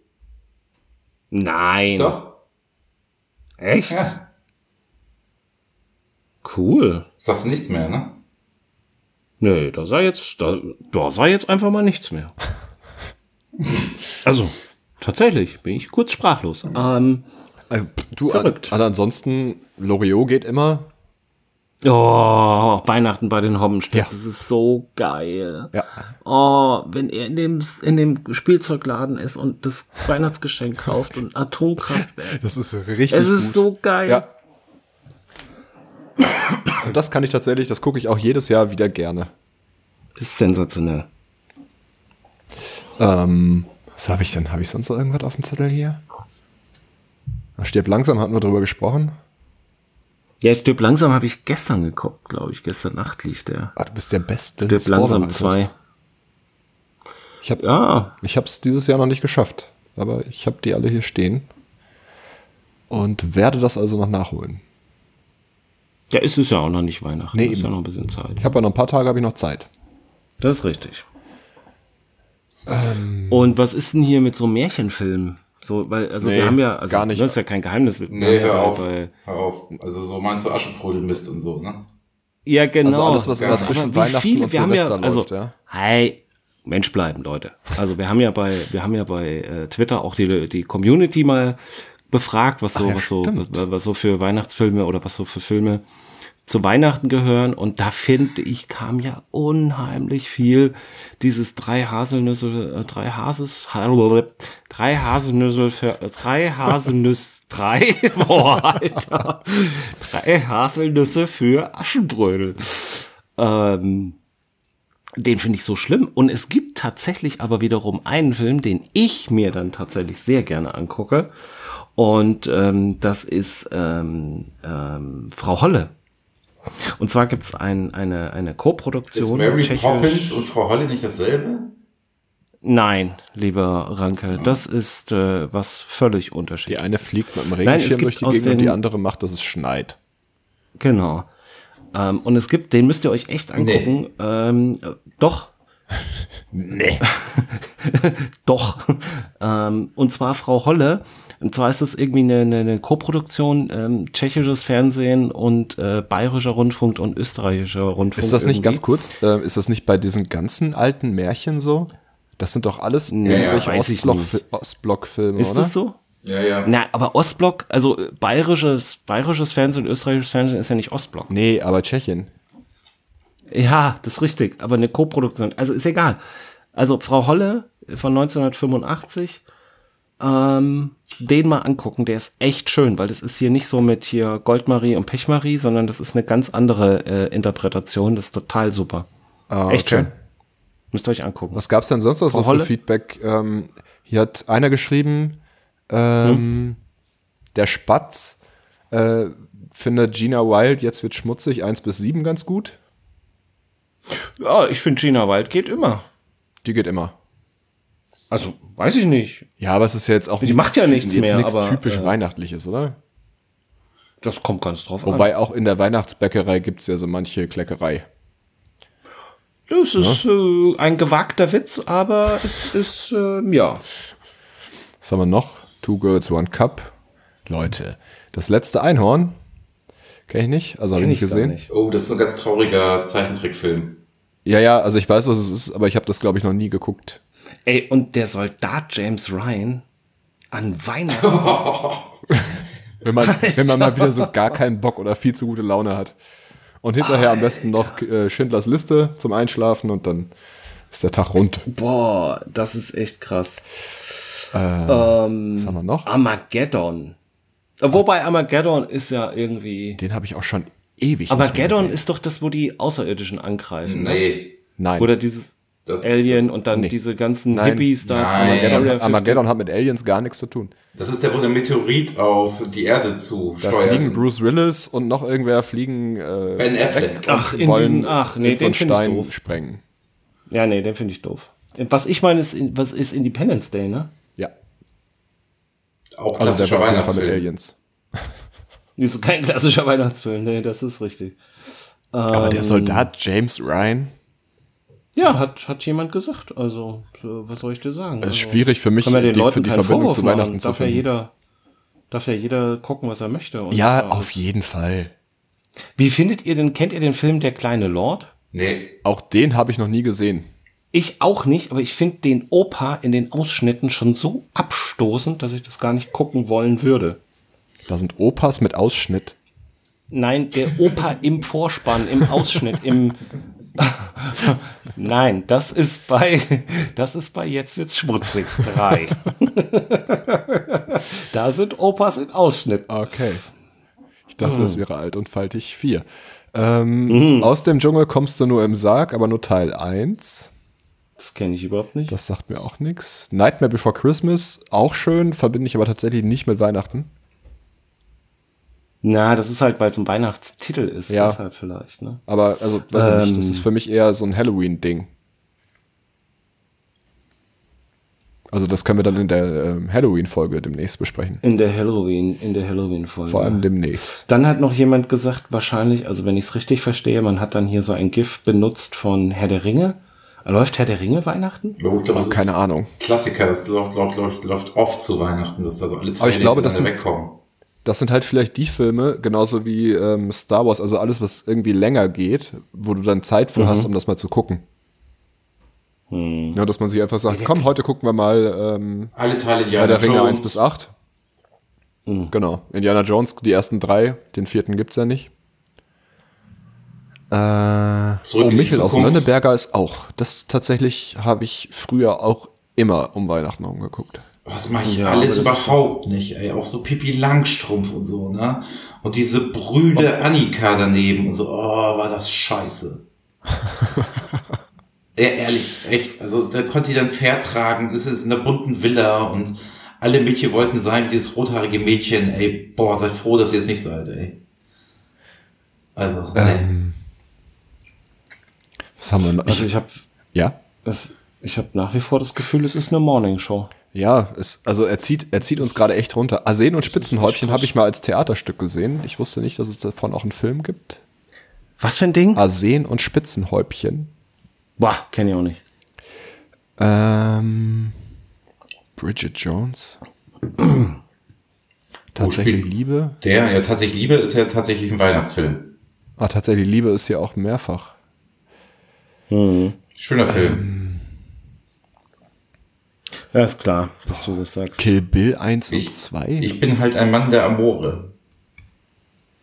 Speaker 4: Nein.
Speaker 2: Doch.
Speaker 4: Echt?
Speaker 2: Ja.
Speaker 4: Cool.
Speaker 2: Sagst du nichts mehr, ne?
Speaker 4: Nee, da sei jetzt, da, da sei jetzt einfach mal nichts mehr. also, tatsächlich bin ich kurz sprachlos. Ähm,
Speaker 3: Äh, pff, du, an,
Speaker 4: Verrückt.
Speaker 3: an ansonsten, Loriot geht immer.
Speaker 4: oh, Weihnachten bei den Hobbenstedts,
Speaker 3: Ja.
Speaker 4: das ist so geil.
Speaker 3: Ja.
Speaker 4: Oh, wenn er in dem, in dem Spielzeugladen ist und das Weihnachtsgeschenk kauft und Atomkraftwerk.
Speaker 3: Das ist richtig
Speaker 4: Es ist so geil.
Speaker 3: Ja. Und das kann ich tatsächlich, das gucke ich auch jedes Jahr wieder gerne.
Speaker 4: Das ist sensationell.
Speaker 3: Ähm, was habe ich denn? Habe ich sonst noch irgendwas auf dem Zettel hier? Ach, stirb langsam, hatten wir drüber gesprochen.
Speaker 4: Ja, ich stirb langsam habe ich gestern geguckt, glaube ich. Gestern Nacht lief der.
Speaker 3: Ah, du bist der Beste.
Speaker 4: Stirb langsam zwei.
Speaker 3: Ich habe
Speaker 4: Ja,
Speaker 3: ich hab's dieses Jahr noch nicht geschafft, aber ich habe die alle hier stehen und werde das also noch nachholen.
Speaker 4: ja, ist es ja auch noch nicht Weihnachten.
Speaker 3: Nee,
Speaker 4: ist ja
Speaker 3: eben.
Speaker 4: noch ein bisschen Zeit.
Speaker 3: Ich habe ja noch ein paar Tage, habe ich noch Zeit. Ähm.
Speaker 4: Das ist richtig. Und was ist denn hier mit so Märchenfilmen? So, weil, also
Speaker 3: Nee,
Speaker 4: wir haben ja, also
Speaker 3: gar nicht.
Speaker 4: das ist ja kein Geheimnis. Wir
Speaker 2: Nee,
Speaker 4: haben ja
Speaker 2: hör
Speaker 4: bei-
Speaker 2: auf.
Speaker 4: bei-
Speaker 2: Hör auf. Also so meinst du Aschenbrödelmist und so, ne?
Speaker 4: Ja, genau.
Speaker 3: Also alles, was
Speaker 2: Ganz
Speaker 3: immer zwischen
Speaker 4: wie
Speaker 3: Weihnachten
Speaker 4: viele-
Speaker 3: und
Speaker 4: wir haben ja-
Speaker 3: Silvester
Speaker 4: also-
Speaker 3: läuft, ja.
Speaker 4: Hi, Mensch bleiben, Leute. Also wir haben ja bei, wir haben ja bei äh, Twitter auch die, die Community mal befragt, was so,
Speaker 3: Ach ja,
Speaker 4: was so,
Speaker 3: stimmt.
Speaker 4: was, was so für Weihnachtsfilme oder was so für Filme zu Weihnachten gehören. Und da finde ich, kam ja unheimlich viel dieses drei Haselnüsse, äh, drei Hases, drei Haselnüsse für, äh, drei Haselnüsse, drei, boah, Alter, drei Haselnüsse für Aschenbrödel. Ähm, den finde ich so schlimm. Und es gibt tatsächlich aber wiederum einen Film, den ich mir dann tatsächlich sehr gerne angucke. Und ähm, das ist ähm, ähm, Frau Holle. Und zwar gibt es ein, eine, eine
Speaker 2: Ist
Speaker 4: Co-Produktion.
Speaker 2: Mary
Speaker 4: tschechisch-
Speaker 2: Poppins und Frau Holle nicht dasselbe?
Speaker 4: Nein, lieber
Speaker 2: Ah.
Speaker 4: Ranke, das ist äh, was völlig unterschiedliches.
Speaker 3: Die eine fliegt mit dem
Speaker 4: es
Speaker 3: Regenschirm
Speaker 4: gibt
Speaker 3: durch die
Speaker 4: aus
Speaker 3: Gegend und
Speaker 4: den-
Speaker 3: die andere macht, dass es schneit.
Speaker 4: Genau. Ähm, und es gibt, den müsst ihr euch echt angucken. Ähm, äh, doch. Nee. doch. Ähm, und zwar Frau Holle. Und zwar ist das irgendwie eine, eine, eine Koproduktion, ähm, tschechisches Fernsehen und äh, bayerischer Rundfunk und österreichischer Rundfunk.
Speaker 3: Ist das nicht
Speaker 4: irgendwie.
Speaker 3: ganz kurz, äh, ist das nicht bei diesen ganzen alten Märchen so? Das sind doch alles irgendwelche
Speaker 4: weiß ich
Speaker 3: Ostblock,
Speaker 4: nicht.
Speaker 3: Ostblockfilme,
Speaker 4: Ist
Speaker 3: oder?
Speaker 4: das so?
Speaker 2: Ja, ja.
Speaker 4: Na, aber Ostblock, also äh, bayerisches, bayerisches Fernsehen und österreichisches Fernsehen ist ja nicht Ostblock.
Speaker 3: Nee, aber Tschechien.
Speaker 4: Ja, das ist richtig, aber eine Koproduktion. Also ist egal. Also Frau Holle von 1985, ähm, den mal angucken, der ist echt schön, weil das ist hier nicht so mit hier Goldmarie und Pechmarie, sondern das ist eine ganz andere äh, Interpretation. Das ist total super.
Speaker 3: Ah,
Speaker 4: echt
Speaker 3: okay.
Speaker 4: schön. Müsst ihr euch angucken.
Speaker 3: Was gab's denn sonst noch so
Speaker 4: Frau Holle?
Speaker 3: für Feedback? Ähm, hier hat einer geschrieben,
Speaker 4: Hm?
Speaker 3: ähm, der Spatz äh, findet Gina Wild, jetzt wird schmutzig, 1 bis 7 ganz gut.
Speaker 4: Ja, ich finde Gina Wald geht immer.
Speaker 3: Die geht immer.
Speaker 4: Also, weiß ich nicht.
Speaker 3: Ja, aber es ist ja jetzt auch
Speaker 4: Die macht ja nichts
Speaker 3: jetzt
Speaker 4: mehr,
Speaker 3: nichts
Speaker 4: aber,
Speaker 3: typisch
Speaker 4: äh,
Speaker 3: Weihnachtliches, oder?
Speaker 4: Das kommt ganz drauf an.
Speaker 3: Wobei auch in der Weihnachtsbäckerei gibt's ja so manche Kleckerei.
Speaker 4: Das ist äh, ein gewagter Witz, aber es ist, äh, ja.
Speaker 3: Was haben wir noch? Two Girls, One Cup. Leute, das letzte Einhorn. Kenn ich nicht, also habe ich nicht
Speaker 4: gar
Speaker 3: gesehen.
Speaker 4: nicht.
Speaker 2: Oh, das ist so ein ganz trauriger Zeichentrickfilm.
Speaker 3: Ja, ja, also ich weiß, was es ist, aber ich habe das, glaube ich, noch nie geguckt.
Speaker 4: Ey, und der Soldat James Ryan an Weihnachten.
Speaker 3: Wenn man, wenn man mal wieder so gar keinen Bock oder viel zu gute Laune hat. Und hinterher am besten noch äh, Schindlers Liste zum Einschlafen und dann ist der Tag rund.
Speaker 4: Mhm. Boah, das ist echt krass.
Speaker 3: Was haben wir noch?
Speaker 4: Armageddon. Äh, Wobei Armageddon ist ja irgendwie.
Speaker 3: Den habe ich auch schon ewig. nicht mehr
Speaker 4: Armageddon
Speaker 3: gesehen.
Speaker 4: ist doch das, wo die Außerirdischen
Speaker 3: Mhm.
Speaker 4: angreifen. Ne?
Speaker 2: Nee.
Speaker 3: Nein.
Speaker 4: Oder dieses
Speaker 2: Das,
Speaker 4: Alien und dann
Speaker 3: nee.
Speaker 4: diese ganzen
Speaker 3: Nein.
Speaker 4: Hippies da
Speaker 2: Nein.
Speaker 4: Area
Speaker 3: Armageddon, hat,
Speaker 4: 50.
Speaker 3: Armageddon hat mit Aliens gar nichts zu tun.
Speaker 2: das ist der, wo der Meteorit auf die Erde zu
Speaker 3: Da
Speaker 2: steuert.
Speaker 3: fliegen Bruce Willis und noch irgendwer fliegen. Äh,
Speaker 2: Ben Affleck.
Speaker 3: weg
Speaker 4: Ach,
Speaker 3: und
Speaker 4: in
Speaker 3: wollen
Speaker 4: diesen- ach, nee,
Speaker 3: in so einen
Speaker 4: den find ich
Speaker 3: Stein
Speaker 4: doof.
Speaker 3: sprengen.
Speaker 4: Ja, nee, den finde ich doof. Was ich meine, ist, was ist Independence Day, ne?
Speaker 3: Ja,
Speaker 2: Auch
Speaker 3: also der
Speaker 2: klassischer
Speaker 3: war auf jeden Fall mit
Speaker 2: Weihnachtsfilm.
Speaker 3: Aliens.
Speaker 4: Das ist kein klassischer Weihnachtsfilm, nee, das ist richtig.
Speaker 3: Aber
Speaker 4: Ähm,
Speaker 3: der Soldat James Ryan,
Speaker 4: Ja, hat, hat jemand gesagt. Also, äh, was soll ich dir sagen?
Speaker 3: das ist
Speaker 4: also,
Speaker 3: schwierig für mich,
Speaker 4: kann man den
Speaker 3: die, für
Speaker 4: Leuten
Speaker 3: die
Speaker 4: keinen
Speaker 3: Verbindung
Speaker 4: Vorwurf
Speaker 3: zu
Speaker 4: machen.
Speaker 3: Weihnachten zu
Speaker 4: darf ja
Speaker 3: finden.
Speaker 4: jeder, darf ja jeder gucken, was er möchte. Und äh,
Speaker 3: Ja, auf jeden Fall.
Speaker 4: Wie findet ihr denn, kennt ihr den Film Der kleine Lord?
Speaker 2: Nee.
Speaker 3: Auch den habe ich noch nie gesehen.
Speaker 4: Ich auch nicht, aber ich finde den Opa in den Ausschnitten schon so abstoßend, dass ich das gar nicht gucken wollen würde.
Speaker 3: Da sind Opas mit Ausschnitt.
Speaker 4: Nein, der Opa im Vorspann, im Ausschnitt, im Nein, das ist bei das ist bei jetzt wird's schmutzig 3. da sind Opas im Ausschnitt.
Speaker 3: Okay. Ich dachte,
Speaker 4: Hm.
Speaker 3: das wäre alt und faltig 4. Ähm,
Speaker 2: Mhm.
Speaker 3: Aus dem Dschungel kommst du nur im Sarg, aber nur Teil 1.
Speaker 4: Das kenne ich überhaupt nicht.
Speaker 3: Das sagt mir auch nichts. Nightmare Before Christmas, auch schön, verbinde ich aber tatsächlich nicht mit Weihnachten.
Speaker 4: Na, das ist halt, weil es ein Weihnachtstitel ist,
Speaker 3: Ja.
Speaker 4: deshalb vielleicht, ne?
Speaker 3: Aber, also, weiß ich nicht, das
Speaker 4: Ähm.
Speaker 3: ist für mich eher so ein Halloween-Ding. Also, das können wir dann in der ähm, Halloween-Folge demnächst besprechen.
Speaker 4: In der Halloween, in der Halloween-Folge.
Speaker 3: Vor allem demnächst.
Speaker 4: Dann hat noch jemand gesagt, wahrscheinlich, also wenn ich es richtig verstehe, man hat dann hier so ein GIF benutzt von Herr der Ringe, Läuft Herr der Ringe Weihnachten?
Speaker 2: Ja, gut, ich glaube, das ist
Speaker 3: Keine Ahnung.
Speaker 2: Klassiker, das läuft, läuft, läuft, läuft oft zu Weihnachten, dass also alle zwei
Speaker 3: Aber ich glaube, das
Speaker 2: hintereinander
Speaker 3: sind-
Speaker 2: wegkommen.
Speaker 3: Das sind halt vielleicht die Filme, genauso wie ähm, Star Wars, also alles, was irgendwie länger geht, wo du dann Zeit für hast, um das mal zu gucken.
Speaker 4: Mhm. Hm.
Speaker 3: Ja, dass man sich einfach sagt, komm, heute gucken wir mal ähm,
Speaker 2: Alle Teile
Speaker 3: Herr
Speaker 2: Indiana
Speaker 3: der Ringe 1
Speaker 2: Jones.
Speaker 3: bis 8.
Speaker 4: Mhm.
Speaker 3: Genau. Indiana Jones, die ersten drei, den vierten gibt's ja nicht. Äh,
Speaker 2: Zurück
Speaker 3: oh,
Speaker 2: in die
Speaker 3: Michel aus
Speaker 2: Zukunft.
Speaker 3: Lönneberger ist auch. Das tatsächlich habe ich früher auch immer um Weihnachten rumgeguckt.
Speaker 2: Was mache ich
Speaker 4: Ja,
Speaker 2: alles
Speaker 4: aber das-
Speaker 2: überhaupt nicht, ey. Auch so Pippi Langstrumpf und so, ne? Und diese Brüde Annika daneben und so, oh, war das scheiße. ja, ehrlich, echt. Also da konnte die dann Pferd tragen, es ist in der bunten Villa und alle Mädchen wollten sein wie dieses rothaarige Mädchen, ey. Boah, seid froh, dass ihr es nicht seid, ey. Also, nee.
Speaker 3: Ähm, was haben wir noch?
Speaker 4: Also ich habe
Speaker 3: ja?
Speaker 4: ich habe nach wie vor das Gefühl, es ist eine Morningshow.
Speaker 3: Ja, es, also er zieht, er zieht uns gerade echt runter. Arsen und Spitzenhäubchen habe ich mal als Theaterstück gesehen. Ich wusste nicht, dass es davon auch einen Film gibt.
Speaker 4: Was für ein Ding?
Speaker 3: Arsen und Spitzenhäubchen.
Speaker 4: Ah, Boah, kenne ich auch nicht.
Speaker 3: Ähm, Bridget Jones. tatsächlich
Speaker 2: spielt-
Speaker 3: Liebe.
Speaker 2: Der, ja, tatsächlich Liebe ist ja tatsächlich ein Weihnachtsfilm.
Speaker 3: Ah, tatsächlich Liebe ist hier auch mehrfach.
Speaker 2: Schöner Film.
Speaker 4: Ja, ist klar, dass du das sagst.
Speaker 3: Kill Bill 1
Speaker 2: Ich-
Speaker 3: und 2.
Speaker 2: Ich bin halt ein Mann der Amore.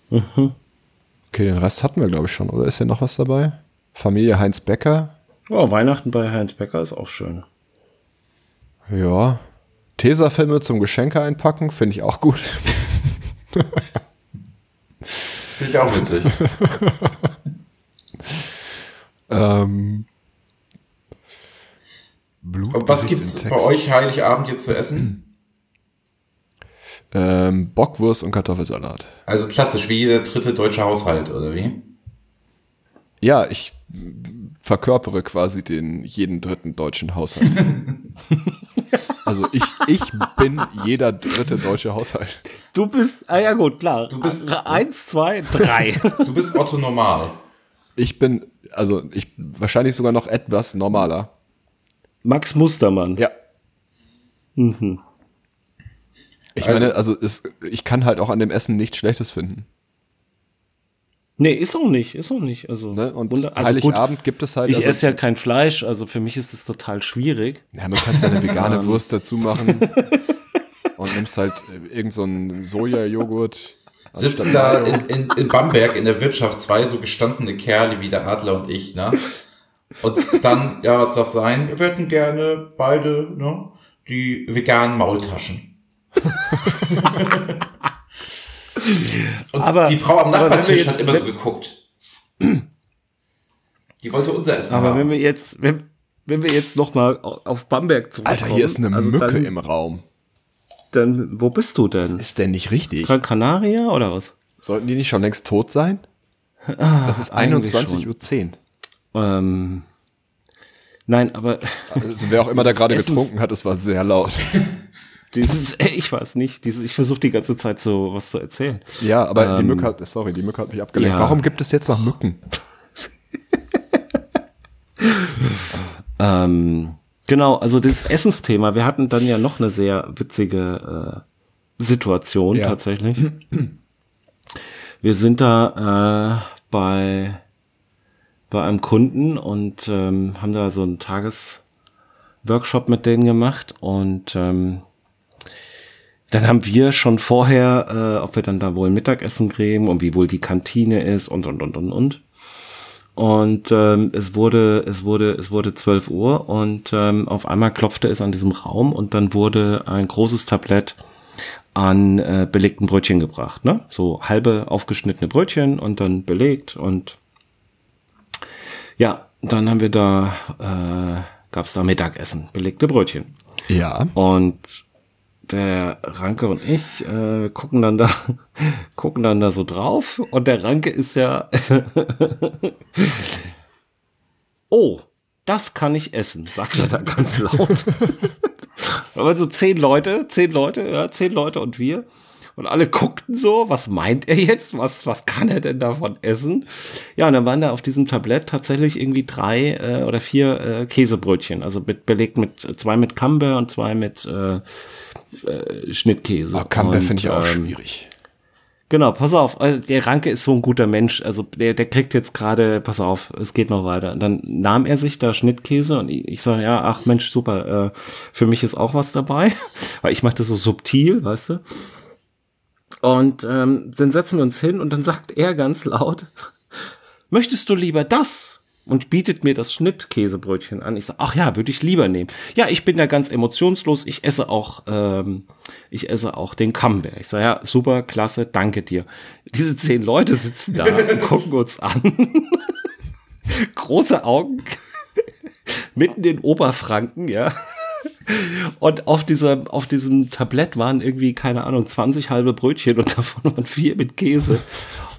Speaker 3: okay, den Rest hatten wir, glaube ich, schon. Oder ist hier noch was dabei? Familie Heinz Becker.
Speaker 4: Oh, Weihnachten bei Heinz Becker ist auch schön.
Speaker 3: Ja. Tesafilme zum Geschenke einpacken, finde ich auch gut.
Speaker 2: Finde ich auch witzig.
Speaker 3: ähm, Blut
Speaker 2: Und was
Speaker 3: Gesicht
Speaker 2: gibt's
Speaker 3: in
Speaker 2: bei
Speaker 3: Texas.
Speaker 2: euch Heiligabend jetzt zu essen?
Speaker 3: Ähm, Bockwurst und Kartoffelsalat.
Speaker 2: Also klassisch, wie jeder dritte deutsche Haushalt, oder wie?
Speaker 3: Ja, ich mm, verkörpere quasi den jeden dritten deutschen Haushalt. also ich, ich bin jeder dritte deutsche Haushalt.
Speaker 4: Du bist, ah ja gut, klar. Du
Speaker 2: bist-
Speaker 4: eins, zwei, drei.
Speaker 2: Du bist Otto normal.
Speaker 3: Ich bin, also ich wahrscheinlich sogar noch etwas normaler.
Speaker 4: Max Mustermann.
Speaker 3: Ja.
Speaker 4: Mhm.
Speaker 3: Ich
Speaker 2: Also-
Speaker 3: meine, also es, ich kann halt auch an dem Essen nichts Schlechtes finden.
Speaker 4: Nee, ist auch nicht, ist auch nicht. Also,
Speaker 3: Ne? Und
Speaker 4: Wunder- also gut,
Speaker 3: Heiligabend gibt es halt.
Speaker 4: Ich
Speaker 3: also,
Speaker 4: esse ja kein Fleisch, also für mich ist das total schwierig.
Speaker 3: Ja, man kannst ja eine vegane Wurst dazu machen und nimmst halt äh, irgend so einen Sojajoghurt.
Speaker 2: Sitzen da in, in, in Bamberg in der Wirtschaft zwei so gestandene Kerle wie der Adler und ich, ne? Und dann, ja, was darf sein? Wir hätten gerne beide, ne? Die veganen Maultaschen. und
Speaker 4: Aber-
Speaker 2: die Frau am
Speaker 4: aber wenn wir
Speaker 2: Nachbartisch
Speaker 4: jetzt-
Speaker 2: hat immer so geguckt. Die wollte unser Essen
Speaker 4: Aber
Speaker 2: haben.
Speaker 4: wenn wir jetzt, wenn, wenn wir jetzt nochmal auf Bamberg zurückkommen.
Speaker 3: Alter, hier ist eine
Speaker 4: also
Speaker 3: Mücke
Speaker 4: dann,
Speaker 3: im Raum.
Speaker 4: Dann, wo bist du denn?
Speaker 3: Ist denn nicht richtig?
Speaker 4: Gran Canaria oder was?
Speaker 3: Sollten die nicht schon längst tot sein? Das ist
Speaker 4: Ah, eigentlich
Speaker 3: 21.10 Uhr.
Speaker 4: Ähm, nein, aber
Speaker 3: Also wer auch immer da gerade
Speaker 4: Essens-
Speaker 3: getrunken hat, es war sehr laut.
Speaker 4: dieses, ich weiß nicht, dieses, ich versuche die ganze Zeit so was zu erzählen.
Speaker 3: Ja, aber die
Speaker 4: Ähm,
Speaker 3: Mücke hat, sorry, die Mücke hat mich abgelenkt.
Speaker 4: ja.
Speaker 3: Warum gibt es jetzt noch Mücken?
Speaker 4: Ähm, genau, also das Essensthema. Wir hatten dann ja noch eine sehr witzige äh, Situation
Speaker 3: Ja.
Speaker 4: tatsächlich. Wir sind da äh, bei bei einem Kunden und ähm, haben da so einen Tagesworkshop mit denen gemacht und ähm, dann haben wir schon vorher, äh, ob wir dann da wohl Mittagessen kriegen und wie wohl die Kantine ist und und und und und. Und ähm, es wurde, es wurde, es wurde 12 Uhr und ähm, auf einmal klopfte es an diesem Raum und dann wurde ein großes Tablett an äh, belegten Brötchen gebracht, ne? So halbe aufgeschnittene Brötchen und dann belegt und ja, dann haben wir da äh, gab's da Mittagessen, belegte Brötchen.
Speaker 3: Ja.
Speaker 4: Und der Ranke und ich äh, gucken dann da gucken dann da so drauf und der Ranke ist ja Oh, das kann ich essen, sagt er da ganz laut. Aber so zehn Leute, zehn Leute, ja, zehn Leute und wir. Und alle guckten so, was meint er jetzt? Was, was kann er denn davon essen? Ja, und dann waren da auf diesem Tablett tatsächlich irgendwie drei äh, oder vier äh, Käsebrötchen. Also mit, belegt mit zwei mit Camembert und zwei mit äh, äh, Schnittkäse.
Speaker 3: Oh, Camembert
Speaker 4: Und,
Speaker 3: finde ich auch
Speaker 4: ähm,
Speaker 3: schwierig.
Speaker 4: Genau, pass auf, also der Ranke ist so ein guter Mensch, also der, der kriegt jetzt gerade, pass auf, es geht noch weiter. Und dann nahm er sich da Schnittkäse und ich, ich sage, ja, ach Mensch, super, äh, für mich ist auch was dabei, weil ich mache das so subtil, weißt du. Und ähm, dann setzen wir uns hin und dann sagt er ganz laut, möchtest du lieber das? Und bietet mir das Schnittkäsebrötchen an. Ich sage, ach ja, würde ich lieber nehmen. Ja, ich bin da ganz emotionslos. Ich esse auch, ähm, ich esse auch den Camembert. Ich sage, ja, super, klasse, danke dir. Diese zehn Leute sitzen da und gucken uns an. Große Augen. Mitten in Oberfranken, ja. Und auf, dieser, auf diesem Tablett waren irgendwie, keine Ahnung, 20 halbe Brötchen und davon waren vier mit Käse.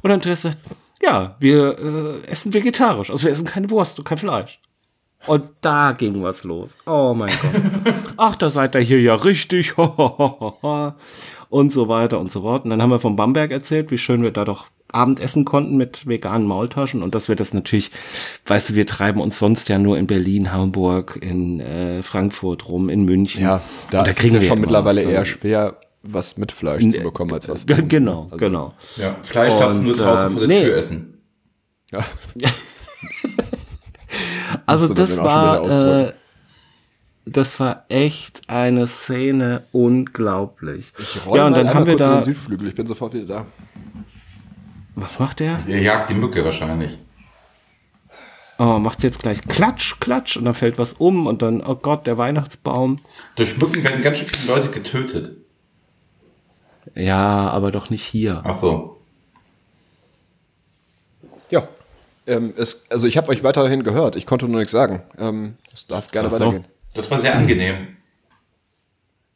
Speaker 4: Und Andreas sagt, ja, wir äh, essen vegetarisch. Also wir essen keine Wurst und kein Fleisch. Und da ging was los. Oh mein Gott. Ach, da seid ihr hier ja richtig. Ho, ho, ho, ho. und so weiter und so fort. Und dann haben wir von Bamberg erzählt, wie schön wir da doch Abendessen konnten mit veganen Maultaschen und dass wir das natürlich, weißt du, wir treiben uns sonst ja nur in Berlin, Hamburg, in äh, Frankfurt rum, in München.
Speaker 3: Ja, da,
Speaker 4: Und
Speaker 3: ist kriegen es ja
Speaker 4: wir
Speaker 3: schon
Speaker 4: immer
Speaker 3: mittlerweile
Speaker 4: was dann.
Speaker 3: eher schwer, was mit Fleisch zu bekommen als was.
Speaker 4: G-
Speaker 3: ohne.
Speaker 4: Genau,
Speaker 3: Also,
Speaker 4: genau.
Speaker 2: Ja, Fleisch darfst du
Speaker 4: Und,
Speaker 2: nur draußen
Speaker 4: ähm,
Speaker 2: vor der
Speaker 4: nee.
Speaker 2: Tür essen.
Speaker 3: Ja.
Speaker 4: Also
Speaker 3: Musst du
Speaker 4: das
Speaker 3: dann auch schon
Speaker 4: war,
Speaker 3: wieder ausdrücken.
Speaker 4: äh, das war echt eine Szene unglaublich.
Speaker 3: Roll
Speaker 4: Ja, und
Speaker 3: mal
Speaker 4: dann
Speaker 3: einmal
Speaker 4: haben wir
Speaker 3: kurz in
Speaker 4: da.
Speaker 3: den Südflügel, ich bin sofort wieder da.
Speaker 4: Was macht der?
Speaker 2: Er jagt die Mücke wahrscheinlich.
Speaker 4: Oh, macht's jetzt gleich Klatsch, Klatsch und dann fällt was um und dann, oh Gott, der Weihnachtsbaum.
Speaker 2: Durch Mücken werden ganz schön viele Leute getötet.
Speaker 4: Ja, aber doch nicht hier.
Speaker 2: Ach so.
Speaker 3: Ja. Ähm, es, also ich habe euch weiterhin gehört, ich konnte nur nichts sagen. Ähm, es darf gerne
Speaker 4: Ach so.
Speaker 3: weitergehen.
Speaker 2: Das war sehr angenehm.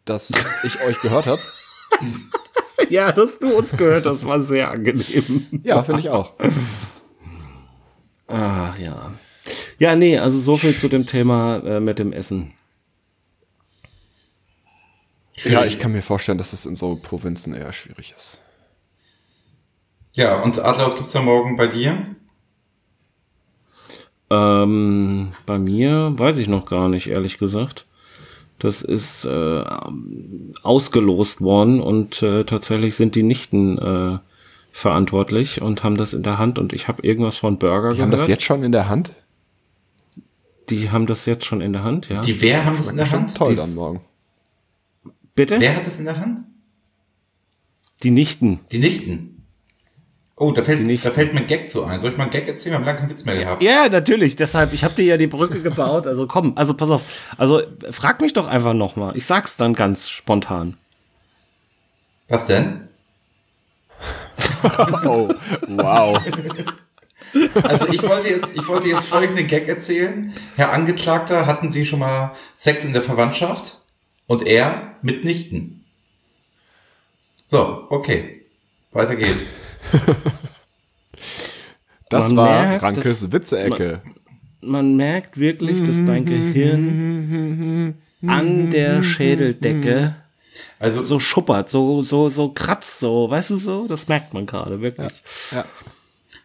Speaker 3: Dass ich euch gehört habe,
Speaker 4: Ja, dass du uns gehört hast, war sehr angenehm.
Speaker 3: ja, finde ich auch.
Speaker 4: Ach ja. Ja, nee, also so viel zu dem Thema äh, mit dem Essen.
Speaker 3: Ja, ich kann mir vorstellen, dass es in so Provinzen eher schwierig ist.
Speaker 2: Ja, und Adler, was gibt's da morgen bei dir?
Speaker 4: Ähm, bei mir weiß ich noch gar nicht, ehrlich gesagt. Das ist äh, ausgelost worden und äh, tatsächlich sind die Nichten äh, verantwortlich und haben das in der Hand und ich habe irgendwas von Burger
Speaker 3: Die haben das jetzt schon in der Hand?
Speaker 4: Die haben das jetzt schon in der Hand, ja.
Speaker 2: Die Wer haben das in der Hand?
Speaker 3: Toll
Speaker 2: Die-
Speaker 3: dann morgen.
Speaker 4: Bitte?
Speaker 2: Wer hat das in der Hand?
Speaker 4: Die Nichten.
Speaker 2: Die Nichten. Oh, da fällt,
Speaker 4: Die Nichten.
Speaker 2: da fällt mir ein Gag zu ein. Soll ich mal einen Gag erzählen? Wir haben lange keinen Witz mehr gehabt.
Speaker 4: Ja, natürlich. Deshalb, ich habe dir ja die Brücke gebaut. Also komm, also pass auf. Also frag mich doch einfach nochmal. Ich sag's dann ganz spontan.
Speaker 2: Was denn?
Speaker 3: Oh, wow.
Speaker 2: Also ich wollte jetzt, ich wollte jetzt folgenden Gag erzählen. Herr Angeklagter, hatten Sie schon mal Sex in der Verwandtschaft? Und er mit Nichten. So, okay. Weiter geht's.
Speaker 3: Das
Speaker 4: Man
Speaker 3: war
Speaker 4: merkt,
Speaker 3: Rankes
Speaker 4: dass-
Speaker 3: Witze-Ecke.
Speaker 4: Man merkt wirklich, dass dein Gehirn mhm, an der Schädeldecke
Speaker 2: Also
Speaker 4: so schuppert, so, so, so kratzt, so, weißt du so? Das merkt man gerade, wirklich.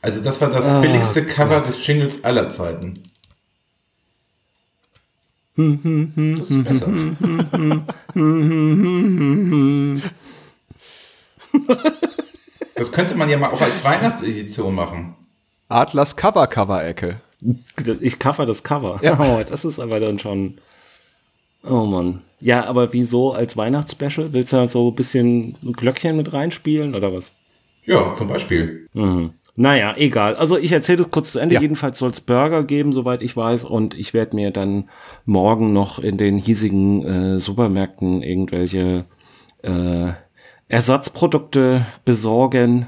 Speaker 2: Also das war das billigste Cover des Jingles aller Zeiten. Das ist besser. Das könnte man ja mal auch als Weihnachtsedition machen.
Speaker 3: Atlas Cover-Cover-Ecke.
Speaker 4: Ich cover das Cover.
Speaker 3: Ja.
Speaker 4: Oh, das ist aber dann schon. Oh Mann. Ja, aber wieso als Weihnachtsspecial? Willst du da so ein bisschen ein Glöckchen mit reinspielen oder was?
Speaker 2: Ja, zum Beispiel.
Speaker 4: Mhm. Naja, egal. Also ich erzähle das kurz zu Ende.
Speaker 3: Ja.
Speaker 4: Jedenfalls soll es Burger geben, soweit ich weiß. Und ich werde mir dann morgen noch in den hiesigen äh, Supermärkten irgendwelche äh, Ersatzprodukte besorgen.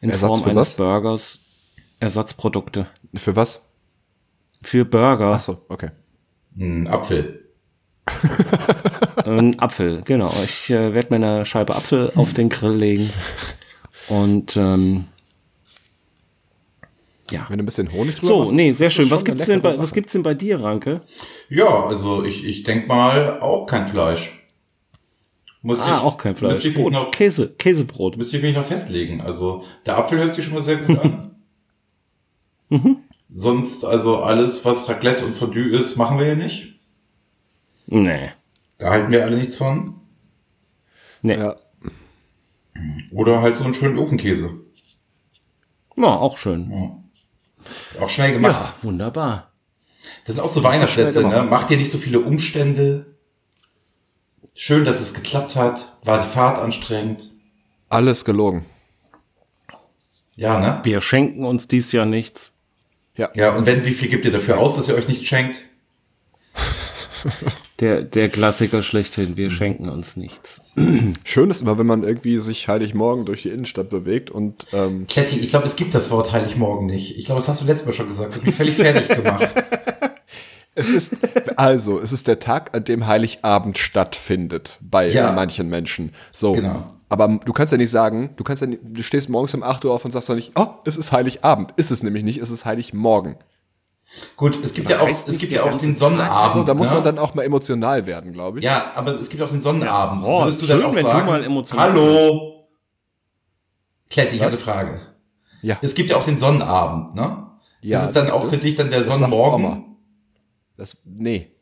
Speaker 4: In
Speaker 3: Ersatz
Speaker 4: Form
Speaker 3: für
Speaker 4: eines
Speaker 3: was?
Speaker 4: Burgers. Ersatzprodukte.
Speaker 3: Für was?
Speaker 4: Für Burger.
Speaker 3: Achso, okay.
Speaker 2: Ein Hm, Apfel.
Speaker 4: Ein Äh, Apfel, genau. Ich äh, werde mir eine Scheibe Apfel auf den Grill legen. Und ähm, ja.
Speaker 3: Wenn du ein bisschen Honig drüber
Speaker 4: So,
Speaker 3: machst,
Speaker 4: nee,
Speaker 3: ist-
Speaker 4: sehr
Speaker 3: ist
Speaker 4: schön.
Speaker 3: schon
Speaker 4: Was
Speaker 3: eine
Speaker 4: gibt's denn
Speaker 3: leckere
Speaker 4: bei, was
Speaker 3: Sache.
Speaker 4: gibt's denn bei dir, Ranke?
Speaker 2: Ja, also ich, ich denk mal auch kein Fleisch. Muss
Speaker 4: Ah,
Speaker 2: ich,
Speaker 4: auch kein Fleisch.
Speaker 2: Müsste ich, mich
Speaker 4: Gut.
Speaker 2: noch,
Speaker 4: Käse, Käsebrot.
Speaker 2: müsste ich mich noch festlegen. Also der Apfel hört sich schon mal sehr gut an.
Speaker 4: Mhm.
Speaker 2: Sonst, also alles, was Raclette und Fondue ist, machen wir ja nicht.
Speaker 4: Nee.
Speaker 2: Da halten wir alle nichts von.
Speaker 4: Nee.
Speaker 3: Ja.
Speaker 4: Ja.
Speaker 2: Oder halt so einen schönen Ofenkäse.
Speaker 4: auch schön.
Speaker 2: Auch schnell gemacht.
Speaker 4: Ja, wunderbar.
Speaker 2: Das sind auch so Weihnachtssätze, ne? Mach dir nicht so viele Umstände. Schön, dass es geklappt hat. War die Fahrt anstrengend.
Speaker 3: Alles gelogen.
Speaker 2: Ja, ne?
Speaker 4: Wir schenken uns dies Jahr nichts.
Speaker 2: Ja, und wenn, wie viel gibt ihr dafür aus, dass ihr euch nicht schenkt?
Speaker 4: Der, der Klassiker schlechthin, wir schenken uns nichts.
Speaker 3: Schön ist immer, wenn man irgendwie sich Heiligmorgen durch die Innenstadt bewegt und ähm,
Speaker 2: Kletti, ich glaube, es gibt das Wort Heiligmorgen nicht. Ich glaube, das hast du letztes Mal schon gesagt. Das hat mich völlig fertig gemacht.
Speaker 3: es ist also es ist der Tag, an dem Heiligabend stattfindet bei
Speaker 2: Ja.
Speaker 3: manchen Menschen. So.
Speaker 2: Genau.
Speaker 3: Aber du kannst ja nicht sagen, du kannst ja nicht, du stehst morgens um 8 Uhr auf und sagst doch nicht, oh, es ist Heiligabend. Ist es nämlich nicht, es ist Heiligmorgen.
Speaker 2: Gut, es gibt ja auch, es gibt ja auch den Sonnenabend.
Speaker 3: Also da muss
Speaker 2: ne?
Speaker 3: man dann auch mal emotional werden, glaube ich.
Speaker 2: ja, aber es gibt auch den Sonnenabend.
Speaker 4: Ja, boah,
Speaker 2: Würdest du
Speaker 4: schön,
Speaker 2: dann auch
Speaker 4: wenn du
Speaker 2: sagen,
Speaker 4: mal emotional
Speaker 2: Hallo! Kletti, ich habe
Speaker 3: Was?
Speaker 2: eine Frage.
Speaker 3: Ja.
Speaker 2: Es gibt ja auch den Sonnenabend, ne?
Speaker 3: Ja,
Speaker 2: ist es dann auch
Speaker 3: das-
Speaker 2: für dich dann der
Speaker 3: das sagt Oma.
Speaker 2: Sonnenmorgen?
Speaker 3: Das, nee.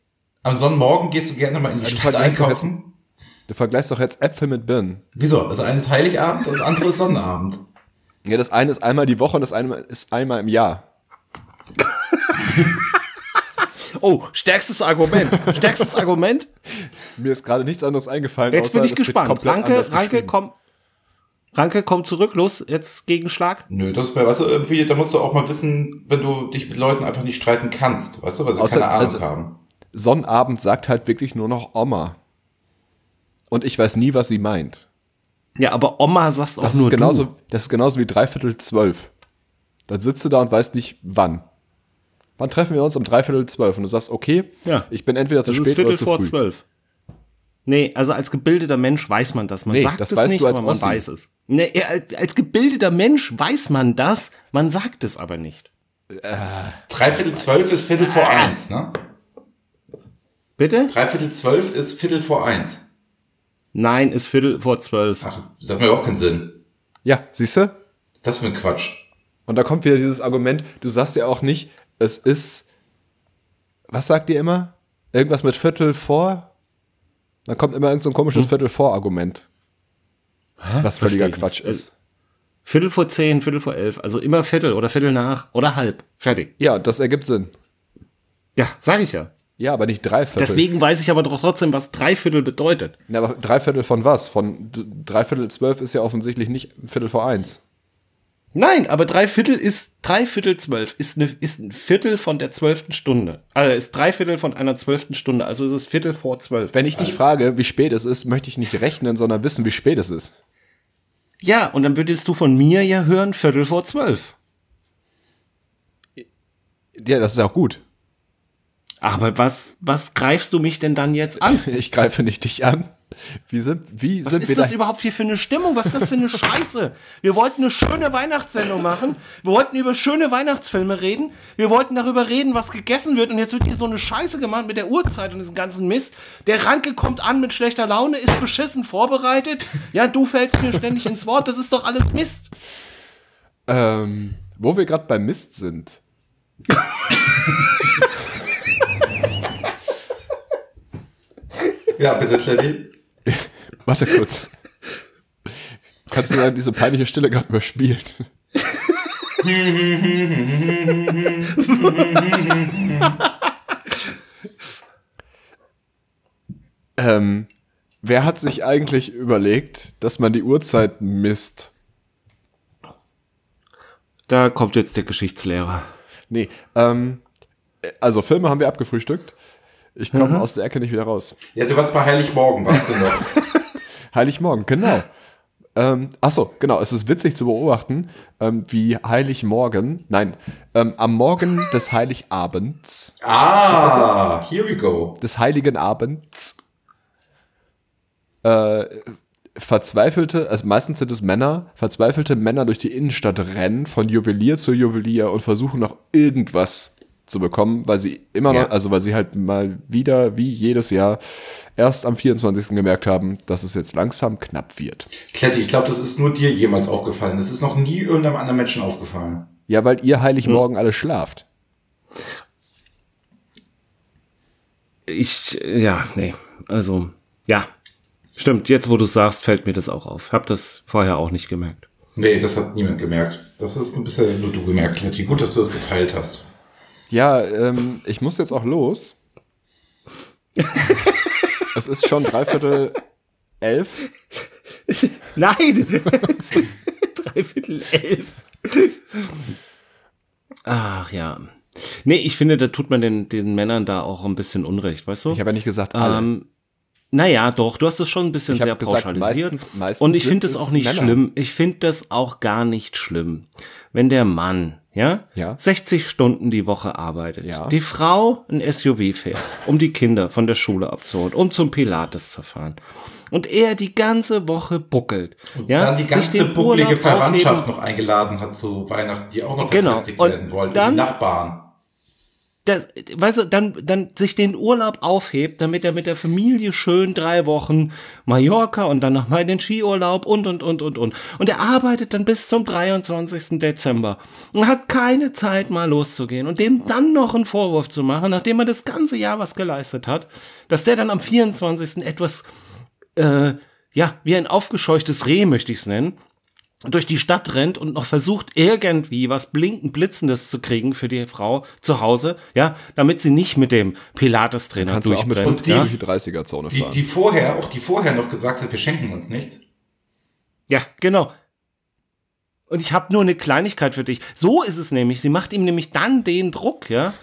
Speaker 2: Am Sonnenmorgen gehst du gerne mal in die
Speaker 3: Ja, du
Speaker 2: Stadt
Speaker 3: vergleichst doch
Speaker 2: einkaufen?
Speaker 3: Du vergleichst doch jetzt Äpfel mit Birnen.
Speaker 2: Wieso? Das eine ist Heiligabend, das andere ist Sonnenabend.
Speaker 3: Ja, das eine ist einmal die Woche und das eine ist einmal im Jahr.
Speaker 4: Oh, stärkstes Argument. Stärkstes Argument.
Speaker 3: Mir ist gerade nichts anderes eingefallen.
Speaker 4: Jetzt bin ich
Speaker 3: das wird
Speaker 4: gespannt.
Speaker 3: komplett anders
Speaker 4: Ranke, Ranke,
Speaker 3: geschrieben.
Speaker 4: komm. Ranke, komm zurück. Los, jetzt Gegenschlag.
Speaker 2: Nö, das ist bei, weißt du, irgendwie, da musst du auch mal wissen, wenn du dich mit Leuten einfach nicht streiten kannst, weißt du, weil sie
Speaker 3: Außer-
Speaker 2: keine Ahnung
Speaker 3: also-
Speaker 2: haben.
Speaker 3: Sonnabend sagt halt wirklich nur noch Oma. Und ich weiß nie, was sie meint.
Speaker 4: Ja, aber Oma sagst auch
Speaker 3: Das
Speaker 4: nur
Speaker 3: ist,
Speaker 4: du.
Speaker 3: genauso, das ist genauso wie dreiviertel zwölf. Dann sitzt du da und weißt nicht, wann. Wann treffen wir uns? Um dreiviertel zwölf. Und du sagst, okay,
Speaker 4: Ja.
Speaker 3: ich bin entweder zu
Speaker 4: Das ist
Speaker 3: spät oder
Speaker 4: Viertel
Speaker 3: zu
Speaker 4: vor
Speaker 3: früh.
Speaker 4: zwölf. Nee, also als gebildeter Mensch weiß man das. Man
Speaker 3: Nee,
Speaker 4: sagt
Speaker 3: das
Speaker 4: es
Speaker 3: weißt
Speaker 4: nicht,
Speaker 3: du als
Speaker 4: aber man
Speaker 3: Ossi.
Speaker 4: weiß es. Nee, eher als, als gebildeter Mensch weiß man das, man sagt es aber nicht.
Speaker 2: Dreiviertel zwölf ist Viertel vor
Speaker 3: Ah!
Speaker 2: eins, ne?
Speaker 4: Bitte?
Speaker 2: Dreiviertel zwölf ist Viertel vor eins.
Speaker 4: Nein, ist Viertel vor zwölf.
Speaker 2: Ach, das hat mir überhaupt keinen Sinn.
Speaker 3: Ja, siehst du?
Speaker 2: Was ist Das für ein Quatsch.
Speaker 3: Und da kommt wieder dieses Argument, du sagst ja auch nicht, es ist, was sagt ihr immer? Irgendwas mit Viertel vor? Dann kommt immer irgend so ein komisches Viertel vor Argument, was völliger
Speaker 4: Hm. Verstehe ich Äh,
Speaker 3: Quatsch
Speaker 4: nicht.
Speaker 3: ist.
Speaker 4: Viertel vor zehn, Viertel vor elf. Also immer Viertel oder Viertel nach oder halb. Fertig.
Speaker 3: Ja, das ergibt Sinn.
Speaker 4: Ja, sag ich ja.
Speaker 3: Ja, aber nicht drei Viertel.
Speaker 4: Deswegen weiß ich aber doch trotzdem, was Dreiviertel bedeutet.
Speaker 3: Na, aber drei Viertel von was? Von d- drei Viertel zwölf ist ja offensichtlich nicht Viertel vor eins.
Speaker 4: Nein, aber Dreiviertel ist Dreiviertel zwölf ist, ne, ist ein Viertel von der zwölften Stunde. Also ist Dreiviertel von einer zwölften Stunde. Also ist es Viertel vor zwölf.
Speaker 3: Wenn ich dich frage, wie spät es ist, möchte ich nicht rechnen, sondern wissen, wie spät es ist.
Speaker 4: Ja, und dann würdest du von mir ja hören Viertel vor zwölf.
Speaker 3: Ja, das ist auch gut.
Speaker 4: Aber was was greifst du mich denn dann jetzt an?
Speaker 3: Ich greife nicht dich an. Wie sind, wie
Speaker 4: Was
Speaker 3: sind wir
Speaker 4: ist das
Speaker 3: da-
Speaker 4: überhaupt hier für eine Stimmung? Was ist das für eine Scheiße? Wir wollten eine schöne Weihnachtssendung machen. Wir wollten über schöne Weihnachtsfilme reden. Wir wollten darüber reden, was gegessen wird. Und jetzt wird hier so eine Scheiße gemacht mit der Uhrzeit und diesem ganzen Mist. Der Ranke kommt an mit schlechter Laune, ist beschissen vorbereitet. Ja, du fällst mir ständig ins Wort. Das ist doch alles Mist.
Speaker 3: Ähm, wo wir gerade bei Mist sind.
Speaker 2: Ja, bitte, Kletti.
Speaker 3: Warte kurz. Kannst du dann diese peinliche Stille gerade überspielen? ähm, wer hat sich eigentlich überlegt, dass man die Uhrzeit misst?
Speaker 4: Da kommt jetzt der Geschichtslehrer.
Speaker 3: Nee, ähm, also Filme haben wir abgefrühstückt. Ich komme aus der Ecke nicht wieder raus.
Speaker 2: Ja, du warst bei Heiligmorgen, warst du noch.
Speaker 3: Heiligmorgen, genau. Ähm, achso, genau. Es ist witzig zu beobachten, ähm, wie Heiligmorgen, nein, ähm, am Morgen des Heiligabends,
Speaker 2: Ah, here we go.
Speaker 3: des Heiligen Abends, äh, verzweifelte, also meistens sind es Männer, verzweifelte Männer durch die Innenstadt rennen von Juwelier zu Juwelier und versuchen noch irgendwas zu bekommen, weil sie immer
Speaker 5: Ja.
Speaker 3: noch, also weil sie halt mal wieder, wie jedes Jahr, erst am 24. gemerkt haben, dass es jetzt langsam knapp wird.
Speaker 2: Kletti, ich glaube, das ist nur dir jemals aufgefallen. Das ist noch nie irgendeinem anderen Menschen aufgefallen.
Speaker 3: Ja, weil ihr Heiligmorgen alle schlaft.
Speaker 5: Ich, ja, nee. Also, ja. Stimmt, jetzt wo du sagst, fällt mir das auch auf. Hab das vorher auch nicht gemerkt.
Speaker 2: Nee, das hat niemand gemerkt. Das ist bisher nur du gemerkt, Kletti. Gut, dass du das geteilt hast.
Speaker 3: Ja, ähm, ich muss jetzt auch los. es ist schon dreiviertel elf.
Speaker 5: Nein! es ist dreiviertel elf. Ach ja. Nee, ich finde, da tut man den, den Männern da auch ein bisschen Unrecht, weißt du?
Speaker 3: Ich habe ja nicht gesagt, alle.
Speaker 5: ähm, naja, doch, du hast es schon ein bisschen
Speaker 3: Ich hab
Speaker 5: sehr
Speaker 3: gesagt,
Speaker 5: pauschalisiert.
Speaker 3: meistens- meistens
Speaker 5: und ich
Speaker 3: sind
Speaker 5: finde das
Speaker 3: es
Speaker 5: auch nicht
Speaker 3: Männer.
Speaker 5: schlimm. Ich finde das auch gar nicht schlimm. Wenn der Mann, ja,
Speaker 3: Ja.
Speaker 5: 60 Stunden die Woche arbeitet,
Speaker 3: Ja.
Speaker 5: die Frau ein SUV fährt, um die Kinder von der Schule abzuholen, um zum Pilates zu fahren. Und er die ganze Woche buckelt. ja,
Speaker 2: Dann die
Speaker 5: sich
Speaker 2: ganze
Speaker 5: den
Speaker 2: bucklige
Speaker 5: Urlaub
Speaker 2: Verwandtschaft
Speaker 5: aufheben.
Speaker 2: noch eingeladen hat zu Weihnachten, die auch noch
Speaker 5: Genau.
Speaker 2: verköstigt
Speaker 5: Und
Speaker 2: werden wollte.
Speaker 5: dann-
Speaker 2: die Nachbarn.
Speaker 5: das, weißt du, dann, dann sich den Urlaub aufhebt, damit er mit der Familie schön drei Wochen Mallorca und dann nochmal in den Skiurlaub und, und, und, und, und. Und er arbeitet dann bis zum 23. Dezember und hat keine Zeit mal loszugehen und dem dann noch einen Vorwurf zu machen, nachdem er das ganze Jahr was geleistet hat, dass der dann am 24. etwas, äh, ja, wie ein aufgescheuchtes Reh möchte ich es nennen, durch die Stadt rennt und noch versucht, irgendwie was blinkend Blitzendes zu kriegen für die Frau zu Hause, ja, damit sie nicht mit dem Pilates-Trainer
Speaker 3: Kannst du auch mit
Speaker 5: durchbrennt.
Speaker 3: 50
Speaker 5: Ja,
Speaker 3: durch die 30er-Zone
Speaker 2: Die,
Speaker 3: fahren.
Speaker 2: die vorher, auch die vorher noch gesagt hat, wir schenken uns nichts.
Speaker 5: ja, genau. Und ich habe nur eine Kleinigkeit für dich. So ist es nämlich. Sie macht ihm nämlich dann den Druck, ja.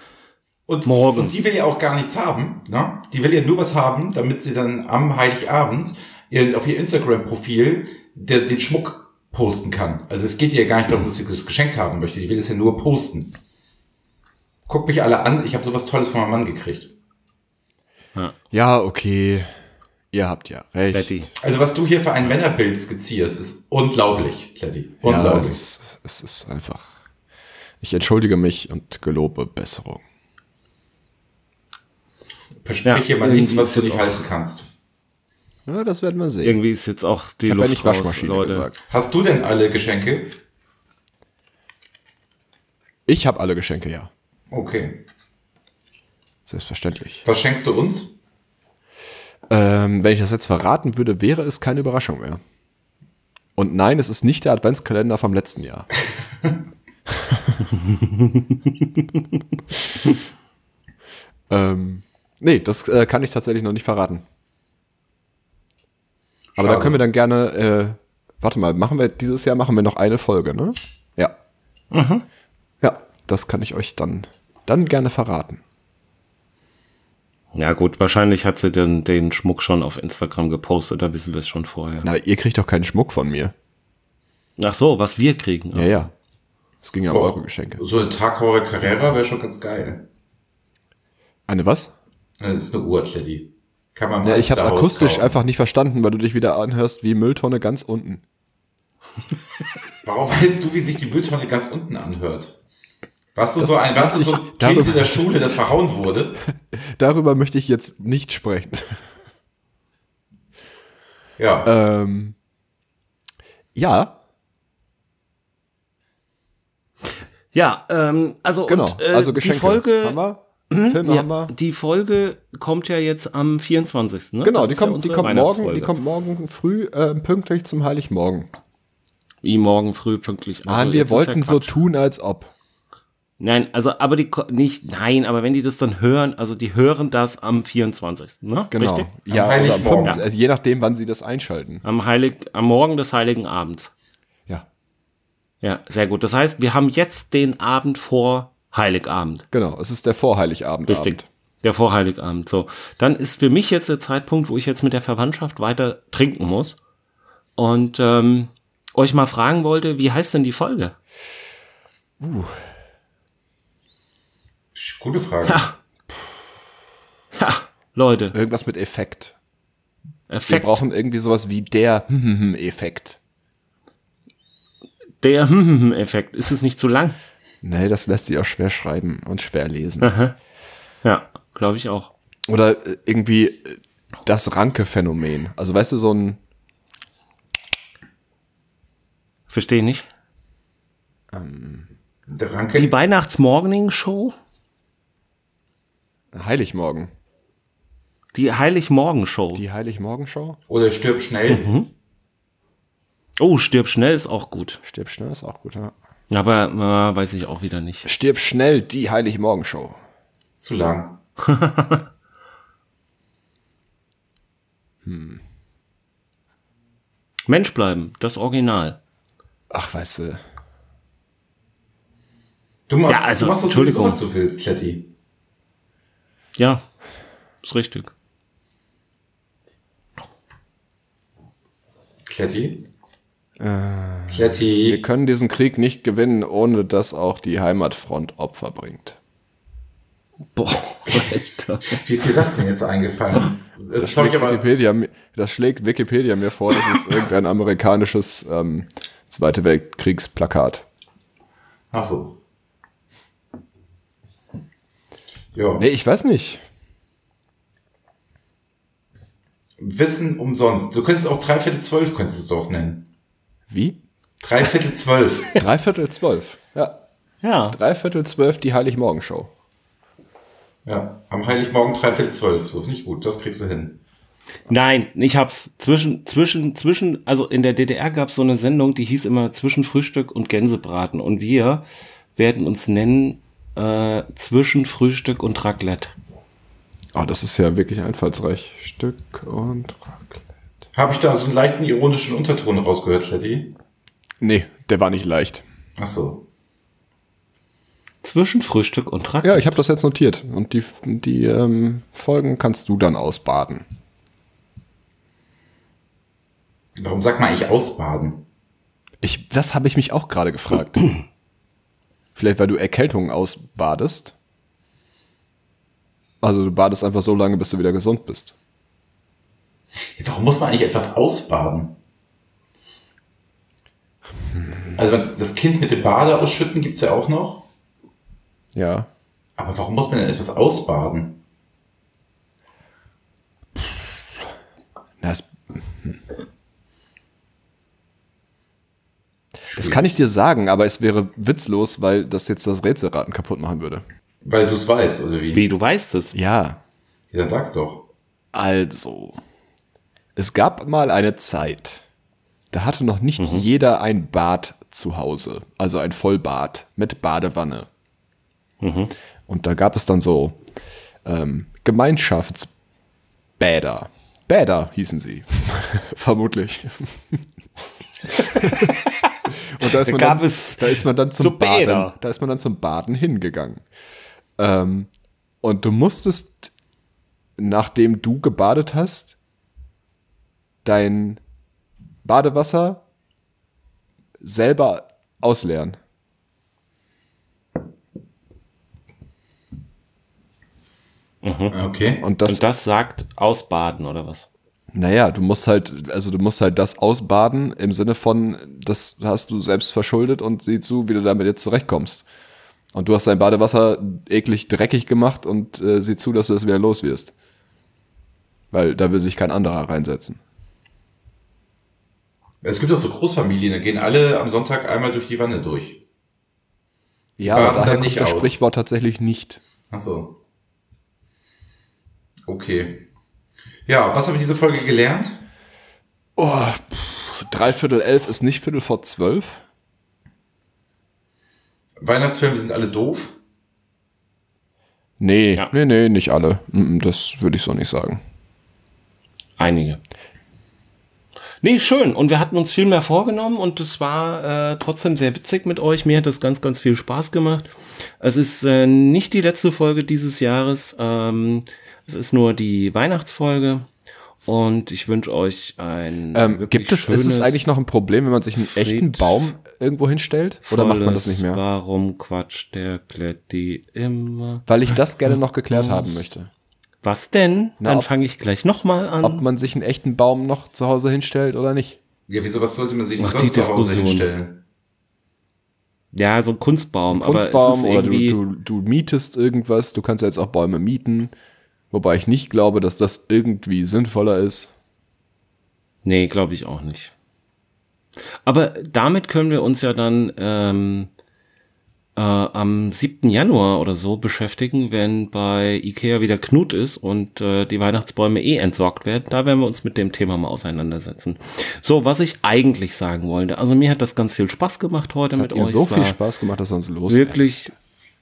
Speaker 2: Und,
Speaker 5: Morgen.
Speaker 2: und die will ja auch gar nichts haben. Ne? Die will ja nur was haben, damit sie dann am Heiligabend ihr, auf ihr Instagram-Profil der- den Schmuck posten kann. Also es geht ihr ja gar nicht darum, dass sie das geschenkt haben möchte. Die will es ja nur posten. Guckt mich alle an, ich habe sowas Tolles von meinem Mann gekriegt.
Speaker 3: ja, okay. Ihr habt ja recht.
Speaker 5: Betty.
Speaker 2: Also was du hier für ein Männerbild skizzierst, ist unglaublich, Kletti.
Speaker 3: Ja,
Speaker 2: Unglaublich.
Speaker 3: es ist, es ist einfach. Ich entschuldige mich und gelobe Besserung.
Speaker 2: Versprich
Speaker 5: Ja,
Speaker 2: hier mal
Speaker 5: irgendwie
Speaker 2: nichts, was du
Speaker 5: ist
Speaker 2: nicht
Speaker 5: jetzt auch-
Speaker 2: halten kannst.
Speaker 3: Ja, das werden wir sehen.
Speaker 5: Irgendwie ist jetzt auch die
Speaker 3: Ich habe ja
Speaker 5: Luft
Speaker 3: nicht
Speaker 5: raus,
Speaker 3: Waschmaschine
Speaker 5: Leute.
Speaker 3: gesagt.
Speaker 2: Hast du denn alle Geschenke?
Speaker 3: Ich habe alle Geschenke, ja.
Speaker 2: Okay.
Speaker 3: Selbstverständlich.
Speaker 2: Was schenkst du uns?
Speaker 3: Ähm, wenn ich das jetzt verraten würde, wäre es keine Überraschung mehr. Und nein, es ist nicht der Adventskalender vom letzten Jahr. ähm, nee, das äh, kann ich tatsächlich noch nicht verraten. Aber da
Speaker 2: Schade.
Speaker 3: können wir dann gerne, äh, warte mal, machen wir dieses Jahr machen wir noch eine Folge, ne? Ja. Ja, das kann ich euch dann, dann gerne verraten.
Speaker 5: Ja gut, wahrscheinlich hat sie den, den Schmuck schon auf Instagram gepostet, da wissen wir es schon vorher.
Speaker 3: Na, ihr kriegt doch keinen Schmuck von mir.
Speaker 5: Ach so, was wir kriegen.
Speaker 3: Ja,
Speaker 5: Ach so.
Speaker 3: ja. Es ging ja
Speaker 2: Oh.
Speaker 3: um eure Geschenke.
Speaker 2: So eine Takore Carrera wäre schon ganz geil.
Speaker 3: Eine was?
Speaker 2: Das ist eine Uhr, Kletti. Kann man im
Speaker 3: Ja, ich hab's
Speaker 2: Alsterhaus
Speaker 3: akustisch
Speaker 2: kaufen.
Speaker 3: einfach nicht verstanden, weil du dich wieder anhörst wie Mülltonne ganz unten.
Speaker 2: Warum weißt du, wie sich die Mülltonne ganz unten anhört? Warst du so ein, warst du so ein
Speaker 3: darüber-
Speaker 2: Kind in der Schule, das verhauen wurde?
Speaker 3: Darüber möchte ich jetzt nicht sprechen.
Speaker 2: Ja.
Speaker 5: Äh.
Speaker 3: Ähm, ja,
Speaker 5: Ja, ähm, also
Speaker 3: genau.
Speaker 5: und, äh,
Speaker 3: also
Speaker 5: die
Speaker 3: Geschenke
Speaker 5: Folge Hm?
Speaker 3: haben wir. Filme
Speaker 5: ja,
Speaker 3: haben wir.
Speaker 5: Die Folge kommt ja jetzt am 24. Ne?
Speaker 3: Genau,
Speaker 5: Das
Speaker 3: die
Speaker 5: ist ja
Speaker 3: kommt, die
Speaker 5: unsere
Speaker 3: kommt morgen, die
Speaker 5: Weihnachtsfolge.
Speaker 3: kommt morgen früh äh, pünktlich zum Heiligmorgen.
Speaker 5: Wie morgen früh pünktlich.
Speaker 3: Nein,
Speaker 5: Also, jetzt
Speaker 3: wir
Speaker 5: ist
Speaker 3: wollten
Speaker 5: ja
Speaker 3: so
Speaker 5: Quatsch.
Speaker 3: tun, als ob.
Speaker 5: Nein, also, aber die ko- nicht, nein, aber wenn die das dann hören, also die hören das am 24. Ne?
Speaker 3: Genau.
Speaker 5: Richtig?
Speaker 3: Ja, oder am
Speaker 2: Heiligmorgen.
Speaker 3: fünf- also je nachdem, wann sie das einschalten.
Speaker 5: Am Heilig, am Morgen des Heiligen Abends.
Speaker 3: Ja,
Speaker 5: Ja, sehr gut. Das heißt, wir haben jetzt den Abend vor Heiligabend.
Speaker 3: genau. Es ist der Vorheiligabend.
Speaker 5: Richtig.
Speaker 3: Abend.
Speaker 5: Der vor Heiligabend. So. Dann ist für mich jetzt der Zeitpunkt, wo ich jetzt mit der Verwandtschaft weiter trinken muss. Und ähm, euch mal fragen wollte, wie heißt denn die Folge?
Speaker 2: Gute Frage.
Speaker 5: Ha, Leute,
Speaker 3: Irgendwas mit Effekt. Wir
Speaker 5: Effekt
Speaker 3: brauchen irgendwie sowas wie der Effekt.
Speaker 5: der Effekt. Ist es nicht zu lang?
Speaker 3: Nee, Ne, das lässt sich auch schwer schreiben und schwer lesen.
Speaker 5: Ja, glaube ich auch.
Speaker 3: Oder äh, irgendwie äh, das Ranke-Phänomen. Also weißt du, so ein,
Speaker 5: Verstehe nicht.
Speaker 2: Der
Speaker 5: Die
Speaker 2: Ranke,
Speaker 5: Weihnachtsmorgening-Show?
Speaker 3: Heiligmorgen.
Speaker 5: Die Heiligmorgen-Show.
Speaker 3: Die Heiligmorgenshow?
Speaker 2: oder stirb schnell.
Speaker 5: Mhm. Oh, stirb schnell ist auch gut.
Speaker 3: Stirb schnell ist auch gut, ja.
Speaker 5: Aber äh, weiß ich auch wieder nicht.
Speaker 3: Stirb schnell, die Heiligmorgenshow.
Speaker 2: Zu lang.
Speaker 5: Mensch bleiben, das Original.
Speaker 3: Ach, weißt du.
Speaker 2: Du machst,
Speaker 5: Ja, also,
Speaker 2: du machst das
Speaker 5: Entschuldigung.
Speaker 2: sowieso, was du willst, Kletti.
Speaker 5: Ja, ist richtig.
Speaker 2: Kletti?
Speaker 3: Wir
Speaker 5: Äh,
Speaker 2: Kletti.
Speaker 3: können diesen Krieg nicht gewinnen, ohne dass auch die Heimatfront Opfer bringt.
Speaker 5: Boah, Alter.
Speaker 2: Wie ist dir das denn jetzt eingefallen? Das
Speaker 3: Ah, Das
Speaker 2: glaube
Speaker 3: schlägt,
Speaker 2: ich aber.
Speaker 3: Wikipedia, mi- das schlägt Wikipedia mir vor, das ist irgendein amerikanisches ähm, Zweite Weltkriegsplakat.
Speaker 2: Ach so. Ja.
Speaker 3: Nee, ich weiß nicht.
Speaker 2: Wissen umsonst. Du könntest auch Dreiviertel zwölf, könntest du es auch nennen.
Speaker 3: Wie?
Speaker 2: Dreiviertel zwölf.
Speaker 3: Dreiviertel zwölf. Ja,
Speaker 5: Ja,
Speaker 3: dreiviertel zwölf die Heiligmorgenshow.
Speaker 2: ja. Am Heiligmorgen Dreiviertel zwölf. So, finde ich gut. Das kriegst du hin.
Speaker 5: Nein, ich hab's. Zwischen, zwischen, zwischen, also in der DDR gab's so eine Sendung, die hieß immer zwischen Frühstück und Gänsebraten. Und wir werden uns nennen äh, zwischen Frühstück und Raclette.
Speaker 3: Oh, das ist ja wirklich einfallsreich. Stück und Raclette.
Speaker 2: Habe ich da so einen leichten ironischen Unterton rausgehört, Kletti?
Speaker 3: Nee, der war nicht leicht.
Speaker 2: Ach so.
Speaker 5: Zwischen Frühstück und Raclette.
Speaker 3: Ja, ich habe das jetzt notiert. Und die, die ähm, Folgen kannst du dann ausbaden.
Speaker 2: Warum sagt man eigentlich ausbaden?
Speaker 3: Ich, das habe ich mich auch gerade gefragt. Vielleicht, weil du Erkältungen ausbadest. Also du badest einfach so lange, bis du wieder gesund bist.
Speaker 2: Warum muss man eigentlich etwas ausbaden?
Speaker 3: Hm.
Speaker 2: Also das Kind mit dem Bade ausschütten gibt's ja auch noch.
Speaker 3: Ja.
Speaker 2: Aber warum muss man denn etwas ausbaden?
Speaker 3: Na, Das, das kann ich dir sagen, aber es wäre witzlos, weil das jetzt das Rätselraten kaputt machen würde.
Speaker 2: Weil du es weißt, oder wie?
Speaker 5: Wie, du weißt es.
Speaker 3: Ja.
Speaker 2: Ja, dann sag's doch.
Speaker 3: Also, es gab mal eine Zeit, da hatte noch nicht
Speaker 5: Mhm.
Speaker 3: jeder ein Bad zu Hause, also ein Vollbad mit Badewanne.
Speaker 5: Mhm.
Speaker 3: Und da gab es dann so ähm, Gemeinschaftsbäder. Bäder hießen sie, vermutlich. Und da ist,
Speaker 5: Da
Speaker 3: man
Speaker 5: gab
Speaker 3: dann,
Speaker 5: es
Speaker 3: da ist man dann zum
Speaker 5: so Bäder.
Speaker 3: Baden, da ist man dann zum Baden hingegangen. Ähm, und du musstest, nachdem du gebadet hast, dein Badewasser selber ausleeren.
Speaker 5: Ah,
Speaker 2: Okay.
Speaker 3: Und das
Speaker 5: und das sagt ausbaden oder was?
Speaker 3: Naja, du musst halt, also du musst halt das ausbaden im Sinne von, das hast du selbst verschuldet und sieh zu, wie du damit jetzt zurechtkommst. Und du hast dein Badewasser eklig dreckig gemacht und äh, sieh zu, dass du das wieder los wirst. Weil da will sich kein anderer reinsetzen.
Speaker 2: Es gibt auch so Großfamilien, da gehen alle am Sonntag einmal durch die Wanne durch.
Speaker 3: Ja,
Speaker 2: baden
Speaker 3: aber daher
Speaker 2: dann
Speaker 3: kommt
Speaker 2: nicht
Speaker 3: das
Speaker 2: aus.
Speaker 3: Sprichwort tatsächlich nicht.
Speaker 2: Ach so. Okay. Ja, was habe ich diese Folge gelernt?
Speaker 3: Oh, pff, dreiviertel elf ist nicht viertel vor zwölf.
Speaker 2: Weihnachtsfilme sind alle doof.
Speaker 3: Nee,
Speaker 5: Ja.
Speaker 3: nee, nee, nicht alle. Mm, mm, Das würde ich so nicht sagen.
Speaker 5: Einige. Nee, schön. Und wir hatten uns viel mehr vorgenommen und es war äh, trotzdem sehr witzig mit euch. Mir hat das ganz, ganz viel Spaß gemacht. Es ist äh, nicht die letzte Folge dieses Jahres. Ähm, es ist nur die Weihnachtsfolge. Und ich wünsche euch ein.
Speaker 3: Ähm,
Speaker 5: wirklich
Speaker 3: gibt es, ist es eigentlich noch ein Problem, wenn man sich einen echten
Speaker 5: Fried-
Speaker 3: Baum irgendwo hinstellt? Oder macht man das
Speaker 5: volles
Speaker 3: nicht mehr?
Speaker 5: Warum quatscht der Kletti immer?
Speaker 3: Weil ich das gerne noch geklärt haben möchte.
Speaker 5: Was denn?
Speaker 3: Na,
Speaker 5: Dann
Speaker 3: ob-
Speaker 5: fange ich gleich nochmal an.
Speaker 3: Ob man sich einen echten Baum noch zu Hause hinstellt oder nicht.
Speaker 2: Ja, wieso was sollte man sich
Speaker 5: Ach, die
Speaker 2: sonst zu Hause
Speaker 5: Diskussion.
Speaker 2: hinstellen?
Speaker 5: Ja, so ein Kunstbaum. aber es
Speaker 3: Kunstbaum
Speaker 5: ist
Speaker 3: oder du,
Speaker 5: irgendwie,
Speaker 3: du, du mietest irgendwas, du kannst ja jetzt auch Bäume mieten, wobei ich nicht glaube, dass das irgendwie sinnvoller ist.
Speaker 5: Nee, glaube ich auch nicht. Aber damit können wir uns ja dann ähm, äh, am 7. Januar oder so beschäftigen, wenn bei Ikea wieder Knut ist und äh, die Weihnachtsbäume eh entsorgt werden. Da werden wir uns mit dem Thema mal auseinandersetzen. So, was ich eigentlich sagen wollte. Also mir hat das ganz viel Spaß gemacht heute
Speaker 3: Das
Speaker 5: mit
Speaker 3: hat mir
Speaker 5: euch.
Speaker 3: so
Speaker 5: Es
Speaker 3: viel
Speaker 5: war-
Speaker 3: Spaß gemacht, dass wir uns los.
Speaker 5: wirklich,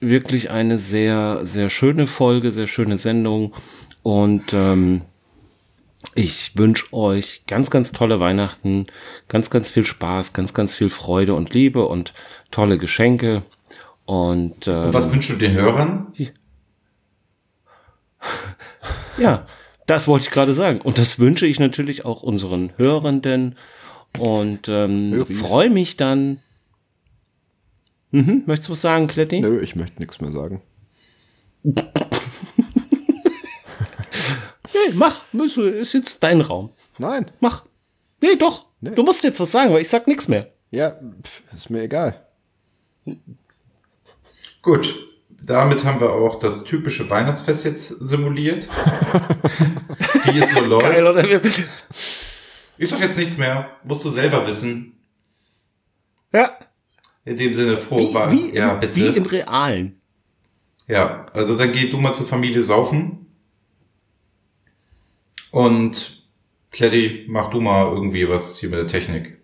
Speaker 5: wirklich eine sehr, sehr schöne Folge, sehr schöne Sendung. Und ähm, ich wünsche euch ganz, ganz tolle Weihnachten, ganz, ganz viel Spaß, ganz, ganz viel Freude und Liebe und tolle Geschenke. Und, ähm,
Speaker 2: Und was wünschst du den Hörern?
Speaker 5: ja, das wollte ich gerade sagen. Und das wünsche ich natürlich auch unseren Hörenden. Und ähm,
Speaker 3: Höris.
Speaker 5: freue mich dann. Mhm, möchtest du was sagen, Kletti?
Speaker 3: Nö, ich möchte nichts mehr sagen.
Speaker 5: Nee, mach, müsse, ist jetzt dein Raum.
Speaker 3: Nein,
Speaker 5: Mach. Nee, doch.
Speaker 3: Nee.
Speaker 5: Du musst jetzt was sagen, weil ich sag nichts mehr.
Speaker 3: ja, pf, ist mir egal.
Speaker 2: Gut. Damit haben wir auch das typische Weihnachtsfest jetzt simuliert. Wie es so läuft.
Speaker 5: oder?
Speaker 2: Ich sag jetzt nichts mehr. Musst du selber wissen.
Speaker 5: Ja.
Speaker 2: In dem Sinne, froh
Speaker 5: Wie,
Speaker 2: war.
Speaker 5: wie,
Speaker 2: Ja,
Speaker 5: im,
Speaker 2: bitte.
Speaker 5: wie im Realen.
Speaker 2: Ja, also dann geh du mal zur Familie saufen. Und Kletti, mach du mal irgendwie was hier mit der Technik.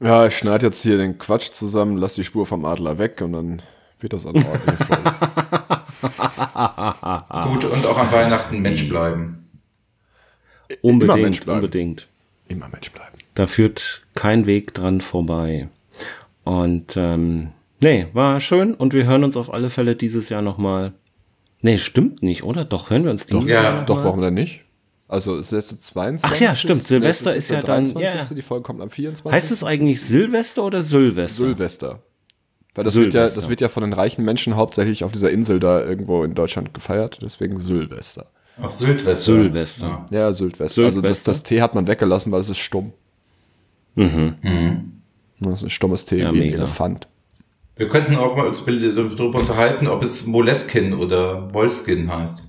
Speaker 3: Ja, ich schneide jetzt hier den Quatsch zusammen, lass die Spur vom Adler weg und dann wird das an der ordentlichen Folge.
Speaker 2: Gut, und auch an Weihnachten Mensch bleiben.
Speaker 3: Immer Mensch
Speaker 5: Unbedingt,
Speaker 3: bleiben.
Speaker 5: unbedingt.
Speaker 3: Immer Mensch bleiben.
Speaker 5: Da führt kein Weg dran vorbei. Und ähm, nee, war schön und wir hören uns auf alle Fälle dieses Jahr nochmal. Nee, stimmt nicht, oder? Doch, hören wir uns dieses
Speaker 2: Ja.
Speaker 5: Jahr noch
Speaker 3: Doch,
Speaker 5: mal?
Speaker 3: warum denn nicht? Also es ist jetzt der 22.
Speaker 5: Ach ja, stimmt, Silvester
Speaker 3: Nächstes
Speaker 5: ist ja
Speaker 3: der
Speaker 5: dann-
Speaker 3: 23.
Speaker 5: ja, ja.
Speaker 3: Die Folge kommt am 24.
Speaker 5: Heißt es eigentlich Silvester oder Silvester?
Speaker 3: Silvester. Weil das wird ja,
Speaker 5: Sylvester.
Speaker 3: das wird ja von den reichen Menschen hauptsächlich auf dieser Insel da irgendwo in Deutschland gefeiert, deswegen Sylvester.
Speaker 2: Auch Sylvester.
Speaker 5: Sylvester.
Speaker 3: Ja, Sylvester. Also das,
Speaker 5: Sylvester?
Speaker 3: das T hat man weggelassen, weil es ist stumm.
Speaker 2: Ja. Mhm.
Speaker 3: Das ist ein stummes T
Speaker 5: Ja,
Speaker 3: wie ein
Speaker 5: mega.
Speaker 3: Elefant.
Speaker 2: Wir könnten auch mal uns darüber unterhalten, ob es Moleskin oder Wolskin heißt.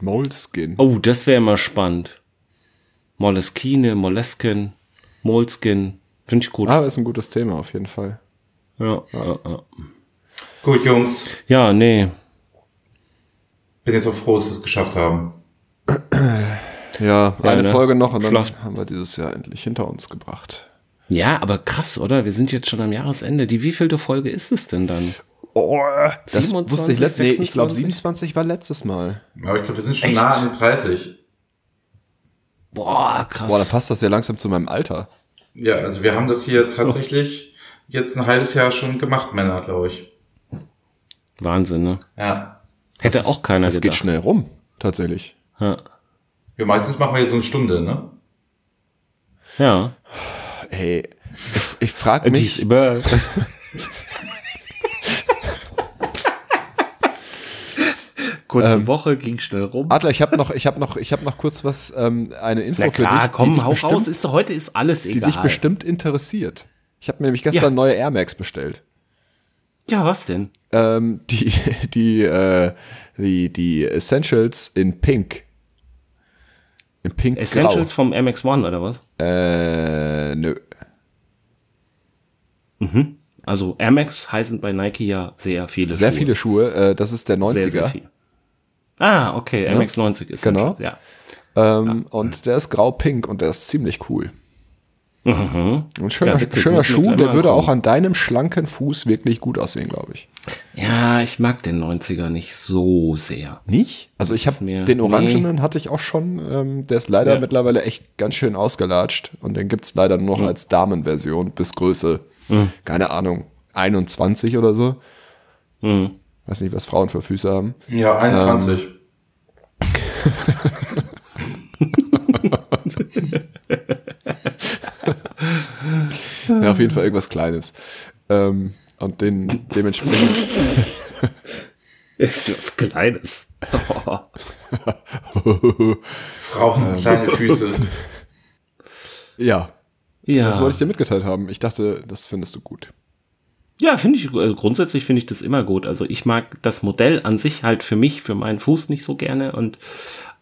Speaker 3: Moleskin.
Speaker 5: Oh, das wäre mal spannend. Moleskine, Moleskin, Moleskin. Finde ich gut.
Speaker 3: Ah, ist ein gutes Thema auf jeden Fall.
Speaker 5: Ja, ja, ja.
Speaker 2: Gut, Jungs,
Speaker 5: ja, nee.
Speaker 2: bin jetzt auch froh, dass wir es geschafft haben.
Speaker 3: Ja, eine
Speaker 5: ne?
Speaker 3: Folge noch und dann
Speaker 5: Schlaft.
Speaker 3: haben wir dieses Jahr endlich hinter uns gebracht.
Speaker 5: Ja, aber krass, oder? Wir sind jetzt schon am Jahresende. Die wievielte Folge ist es denn dann?
Speaker 3: Oh, das
Speaker 5: 27,
Speaker 3: wusste ich letztes Nee, ich glaube
Speaker 5: 26.
Speaker 3: 27 war letztes Mal.
Speaker 2: Aber ich glaube, wir sind schon nah an den 30.
Speaker 5: Boah, krass.
Speaker 3: Boah, da passt das ja langsam zu meinem Alter.
Speaker 2: Ja, also wir haben das hier tatsächlich jetzt ein halbes Jahr schon gemacht, Männer, glaube ich.
Speaker 5: Wahnsinn, ne?
Speaker 2: Ja.
Speaker 5: Hätte
Speaker 3: Das-
Speaker 5: auch keiner
Speaker 3: Das
Speaker 5: gedacht.
Speaker 3: geht schnell rum, tatsächlich.
Speaker 5: Ja.
Speaker 2: Ja, meistens machen wir hier so eine Stunde, ne?
Speaker 5: ja.
Speaker 3: Hey, ich, ich frage
Speaker 5: Die
Speaker 3: mich,
Speaker 5: ist über. Kurze Woche, ging schnell rum.
Speaker 3: Adler, ich habe noch, ich habe noch, ich habe noch kurz was, ähm, eine Info
Speaker 5: Ah, Na
Speaker 3: für
Speaker 5: klar,
Speaker 3: dich,
Speaker 5: komm,
Speaker 3: die, dich
Speaker 5: hau
Speaker 3: bestimmt,
Speaker 5: raus. Ist, heute ist alles
Speaker 3: die
Speaker 5: egal.
Speaker 3: dich bestimmt interessiert. Ich habe mir nämlich gestern
Speaker 5: Ja.
Speaker 3: neue Air Max bestellt.
Speaker 5: ja, was denn?
Speaker 3: Ähm, die, die, äh, die, die Essentials in Pink. In Pink
Speaker 5: Essentials vom MX1 oder was?
Speaker 3: Grau. Äh, nö.
Speaker 5: Also Air Max heißen bei Nike ja sehr viele
Speaker 3: Sehr
Speaker 5: Schuhe.
Speaker 3: viele Schuhe. Äh, das ist der 90er.
Speaker 5: Sehr, sehr viel. Ah, okay, Air Max 90 ist
Speaker 3: Genau.
Speaker 5: das, ja.
Speaker 3: Ähm, Und der ist grau-pink und der ist ziemlich cool. Ein schöner,
Speaker 5: Mhm. Ja, witzig,
Speaker 3: schöner
Speaker 5: müssen wir
Speaker 3: Schuh,
Speaker 5: gleich
Speaker 3: der
Speaker 5: mal
Speaker 3: würde auch
Speaker 5: angucken.
Speaker 3: an deinem schlanken Fuß wirklich gut aussehen, glaube ich.
Speaker 5: Ja, ich mag den 90er nicht so sehr.
Speaker 3: Nicht? Also ich
Speaker 5: ist
Speaker 3: habe
Speaker 5: mir-
Speaker 3: den orangenen hatte ich auch schon. Ähm, der ist leider
Speaker 5: Ja.
Speaker 3: mittlerweile echt ganz schön ausgelatscht und den gibt's leider nur noch als Damenversion bis Größe, keine Ahnung, 21 oder so. Weiß nicht, was Frauen für Füße haben.
Speaker 2: Ja, 21.
Speaker 3: Ja, auf jeden Fall irgendwas Kleines. Ähm, und den dementsprechend
Speaker 5: Was Kleines.
Speaker 2: Frauen, kleine Füße.
Speaker 3: ja,
Speaker 5: ja. Ah.
Speaker 3: das wollte ich dir mitgeteilt haben. Ich dachte, das findest du gut.
Speaker 5: Ja, finde ich, also grundsätzlich finde ich das immer gut. Also ich mag das Modell an sich halt für mich, für meinen Fuß nicht so gerne und,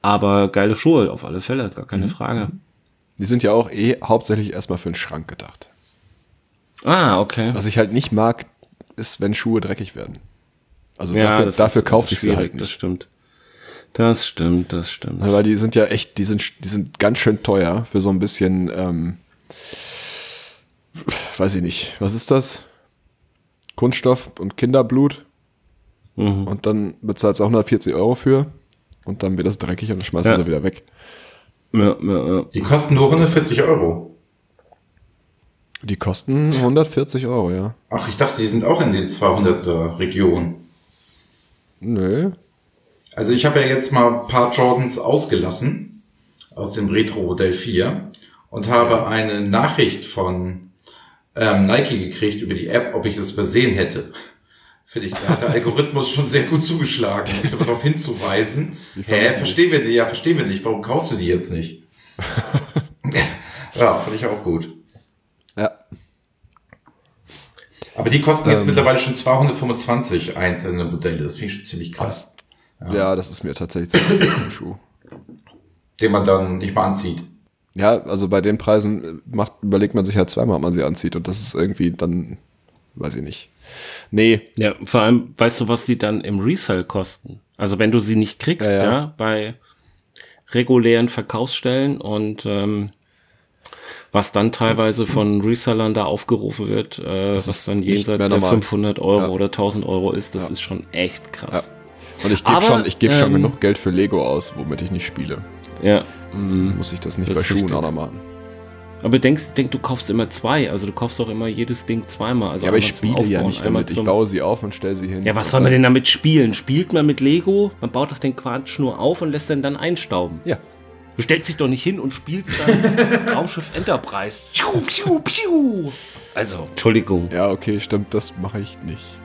Speaker 5: aber geile Schuhe auf alle Fälle, gar
Speaker 3: Mhm.
Speaker 5: keine Frage.
Speaker 3: Die sind ja auch eh hauptsächlich erstmal für den Schrank gedacht.
Speaker 5: Ah, okay.
Speaker 3: Was ich halt nicht mag, ist, wenn Schuhe dreckig werden. Also
Speaker 5: Ja,
Speaker 3: dafür,
Speaker 5: das
Speaker 3: dafür
Speaker 5: ist
Speaker 3: kaufe ich sie
Speaker 5: schwierig,
Speaker 3: halt
Speaker 5: Das
Speaker 3: nicht.
Speaker 5: stimmt. Das stimmt, das stimmt.
Speaker 3: Ne, Weil die sind ja echt, die sind, die sind ganz schön teuer für so ein bisschen, ähm, weiß ich nicht, was ist das? Kunststoff und Kinderblut.
Speaker 5: Mhm.
Speaker 3: Und dann bezahlt es auch 140 Euro für. Und dann wird das dreckig und dann schmeißt
Speaker 5: Ja.
Speaker 3: du sie wieder weg.
Speaker 5: ja, ja, ja.
Speaker 2: Die kosten nur 140 Euro.
Speaker 3: Die kosten 140 Euro, ja.
Speaker 2: Ach, ich dachte, die sind auch in den 200er Regionen.
Speaker 3: Nö.
Speaker 2: Also ich habe ja jetzt mal ein paar Jordans ausgelassen aus dem Retro Modell 4 und habe eine Nachricht von ähm, Nike gekriegt über die App, ob ich das übersehen hätte. Finde ich, da hat der Algorithmus schon sehr gut zugeschlagen, um mich darauf hinzuweisen. Hä, verstehen wir nicht, ja, verstehen wir nicht, warum kaufst du die jetzt nicht? ja, finde ich auch gut.
Speaker 3: Ja.
Speaker 2: Aber die kosten jetzt
Speaker 3: Ähm.
Speaker 2: mittlerweile schon 225 einzelne Modelle. Das finde ich schon ziemlich krass.
Speaker 3: ja. das ist mir tatsächlich zu viel für den Schuh.
Speaker 2: Den man dann nicht mal anzieht.
Speaker 3: Ja, also bei den Preisen macht, überlegt man sich halt zweimal, ob man sie anzieht. Und das ist irgendwie dann, weiß ich nicht. Nee,
Speaker 5: Ja, vor allem, weißt du, was die dann im Resell kosten? Also wenn du sie nicht kriegst,
Speaker 3: Ja,
Speaker 5: ja,
Speaker 3: ja.
Speaker 5: bei regulären Verkaufsstellen und ähm, was dann teilweise von Resellern da aufgerufen wird, äh,
Speaker 3: Das
Speaker 5: was
Speaker 3: ist
Speaker 5: dann
Speaker 3: nicht
Speaker 5: jenseits
Speaker 3: mehr
Speaker 5: der
Speaker 3: normal.
Speaker 5: 500 Euro
Speaker 3: Ja.
Speaker 5: oder 1000 Euro ist, das
Speaker 3: Ja.
Speaker 5: ist schon echt krass.
Speaker 3: und ich gebe
Speaker 5: Aber,
Speaker 3: schon, ich gebe schon
Speaker 5: ähm,
Speaker 3: genug Geld für Lego aus, womit ich nicht spiele.
Speaker 5: Ja. Mhm.
Speaker 3: Muss ich das nicht
Speaker 5: Das
Speaker 3: bei
Speaker 5: ist
Speaker 3: Schuhen
Speaker 5: richtig.
Speaker 3: auch noch machen.
Speaker 5: Aber denkst, denk, du kaufst immer zwei, also du kaufst doch immer jedes Ding zweimal. Also
Speaker 3: Ja, aber ich
Speaker 5: einmal zum
Speaker 3: spiele ja
Speaker 5: Aufbauen,
Speaker 3: nicht
Speaker 5: einmal
Speaker 3: damit. Ich
Speaker 5: zum-
Speaker 3: baue sie auf und stelle sie hin.
Speaker 5: Ja, was soll man denn damit spielen? Spielt man mit Lego? Man baut doch den Quatsch nur auf und lässt den dann einstauben.
Speaker 3: Ja.
Speaker 5: Du stellst dich doch nicht hin und spielst dann Raumschiff Enterprise. Piu, piu, piu. Also, Entschuldigung.
Speaker 3: Ja, okay, stimmt, das mache ich nicht.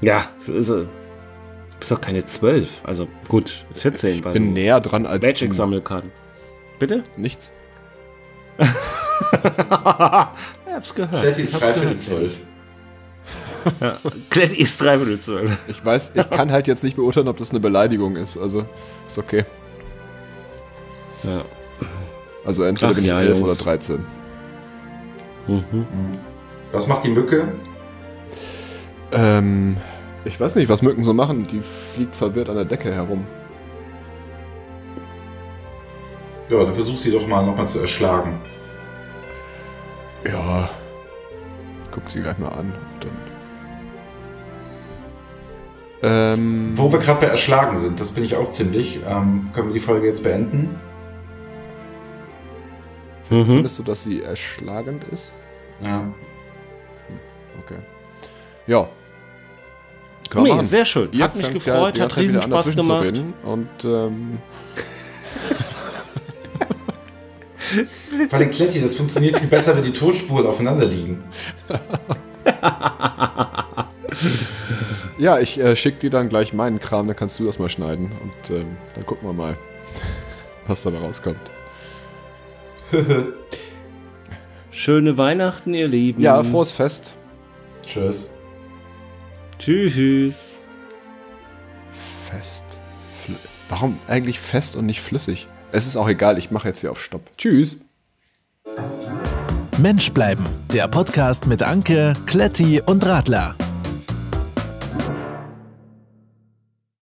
Speaker 5: Ja, so ist er. Du bist doch keine 12. Also, gut, 14.
Speaker 3: Ich
Speaker 5: bei
Speaker 3: bin
Speaker 5: so
Speaker 3: näher dran als du.
Speaker 5: Magic-Sammelkarten. Bitte?
Speaker 3: Nichts.
Speaker 5: Ich hab's gehört.
Speaker 2: Stell die ist
Speaker 5: Ich hab's
Speaker 2: dreiviertel
Speaker 5: gehört.
Speaker 2: zwölf.
Speaker 5: Klett ist dreiviertel zwölf.
Speaker 3: Ich weiß, ich kann halt jetzt nicht beurteilen, ob das eine Beleidigung ist. Also, ist okay.
Speaker 5: Ja.
Speaker 3: Also entweder
Speaker 5: Ach
Speaker 3: bin ich
Speaker 5: ja,
Speaker 3: 11
Speaker 5: Jungs.
Speaker 3: oder 13.
Speaker 5: Mhm.
Speaker 2: Was macht die Mücke?
Speaker 3: Ähm, ich weiß nicht, was Mücken so machen. Die fliegt verwirrt an der Decke herum.
Speaker 2: Ja, dann versuch sie doch mal nochmal zu erschlagen.
Speaker 3: Ja. Guck sie gleich mal an. und Dann. Ähm,
Speaker 2: Wo wir gerade bei Erschlagen sind, das bin ich auch ziemlich. Ähm, können wir die Folge jetzt beenden?
Speaker 5: Mhm.
Speaker 3: findest du, dass sie erschlagend ist?
Speaker 2: Ja.
Speaker 3: Okay. Ja. Kann man
Speaker 5: Nee,
Speaker 3: machen.
Speaker 5: sehr schön.
Speaker 3: Ihr
Speaker 5: hat mich
Speaker 3: fangt
Speaker 5: gefreut,
Speaker 3: ja die
Speaker 5: hat
Speaker 3: ganze
Speaker 5: riesen
Speaker 3: Zeit wieder an,
Speaker 5: Spaß
Speaker 3: dazwischen zu
Speaker 5: gemacht.
Speaker 3: reden. Und ähm,
Speaker 2: Vor allem Kletti, das funktioniert viel besser, wenn die Tonspuren aufeinander liegen.
Speaker 3: ja, ich äh, schick dir dann gleich meinen Kram, dann kannst du das mal schneiden. Und ähm, dann gucken wir mal, was dabei rauskommt.
Speaker 5: Schöne Weihnachten, ihr Lieben.
Speaker 3: Ja, frohes Fest.
Speaker 2: Tschüss.
Speaker 5: Tschüss.
Speaker 3: Fest. Fl Warum eigentlich fest und nicht flüssig? Es ist auch egal, ich mache jetzt hier auf Stopp. Tschüss.
Speaker 1: Mensch bleiben. Der Podcast mit Anke, Kletti und Radler.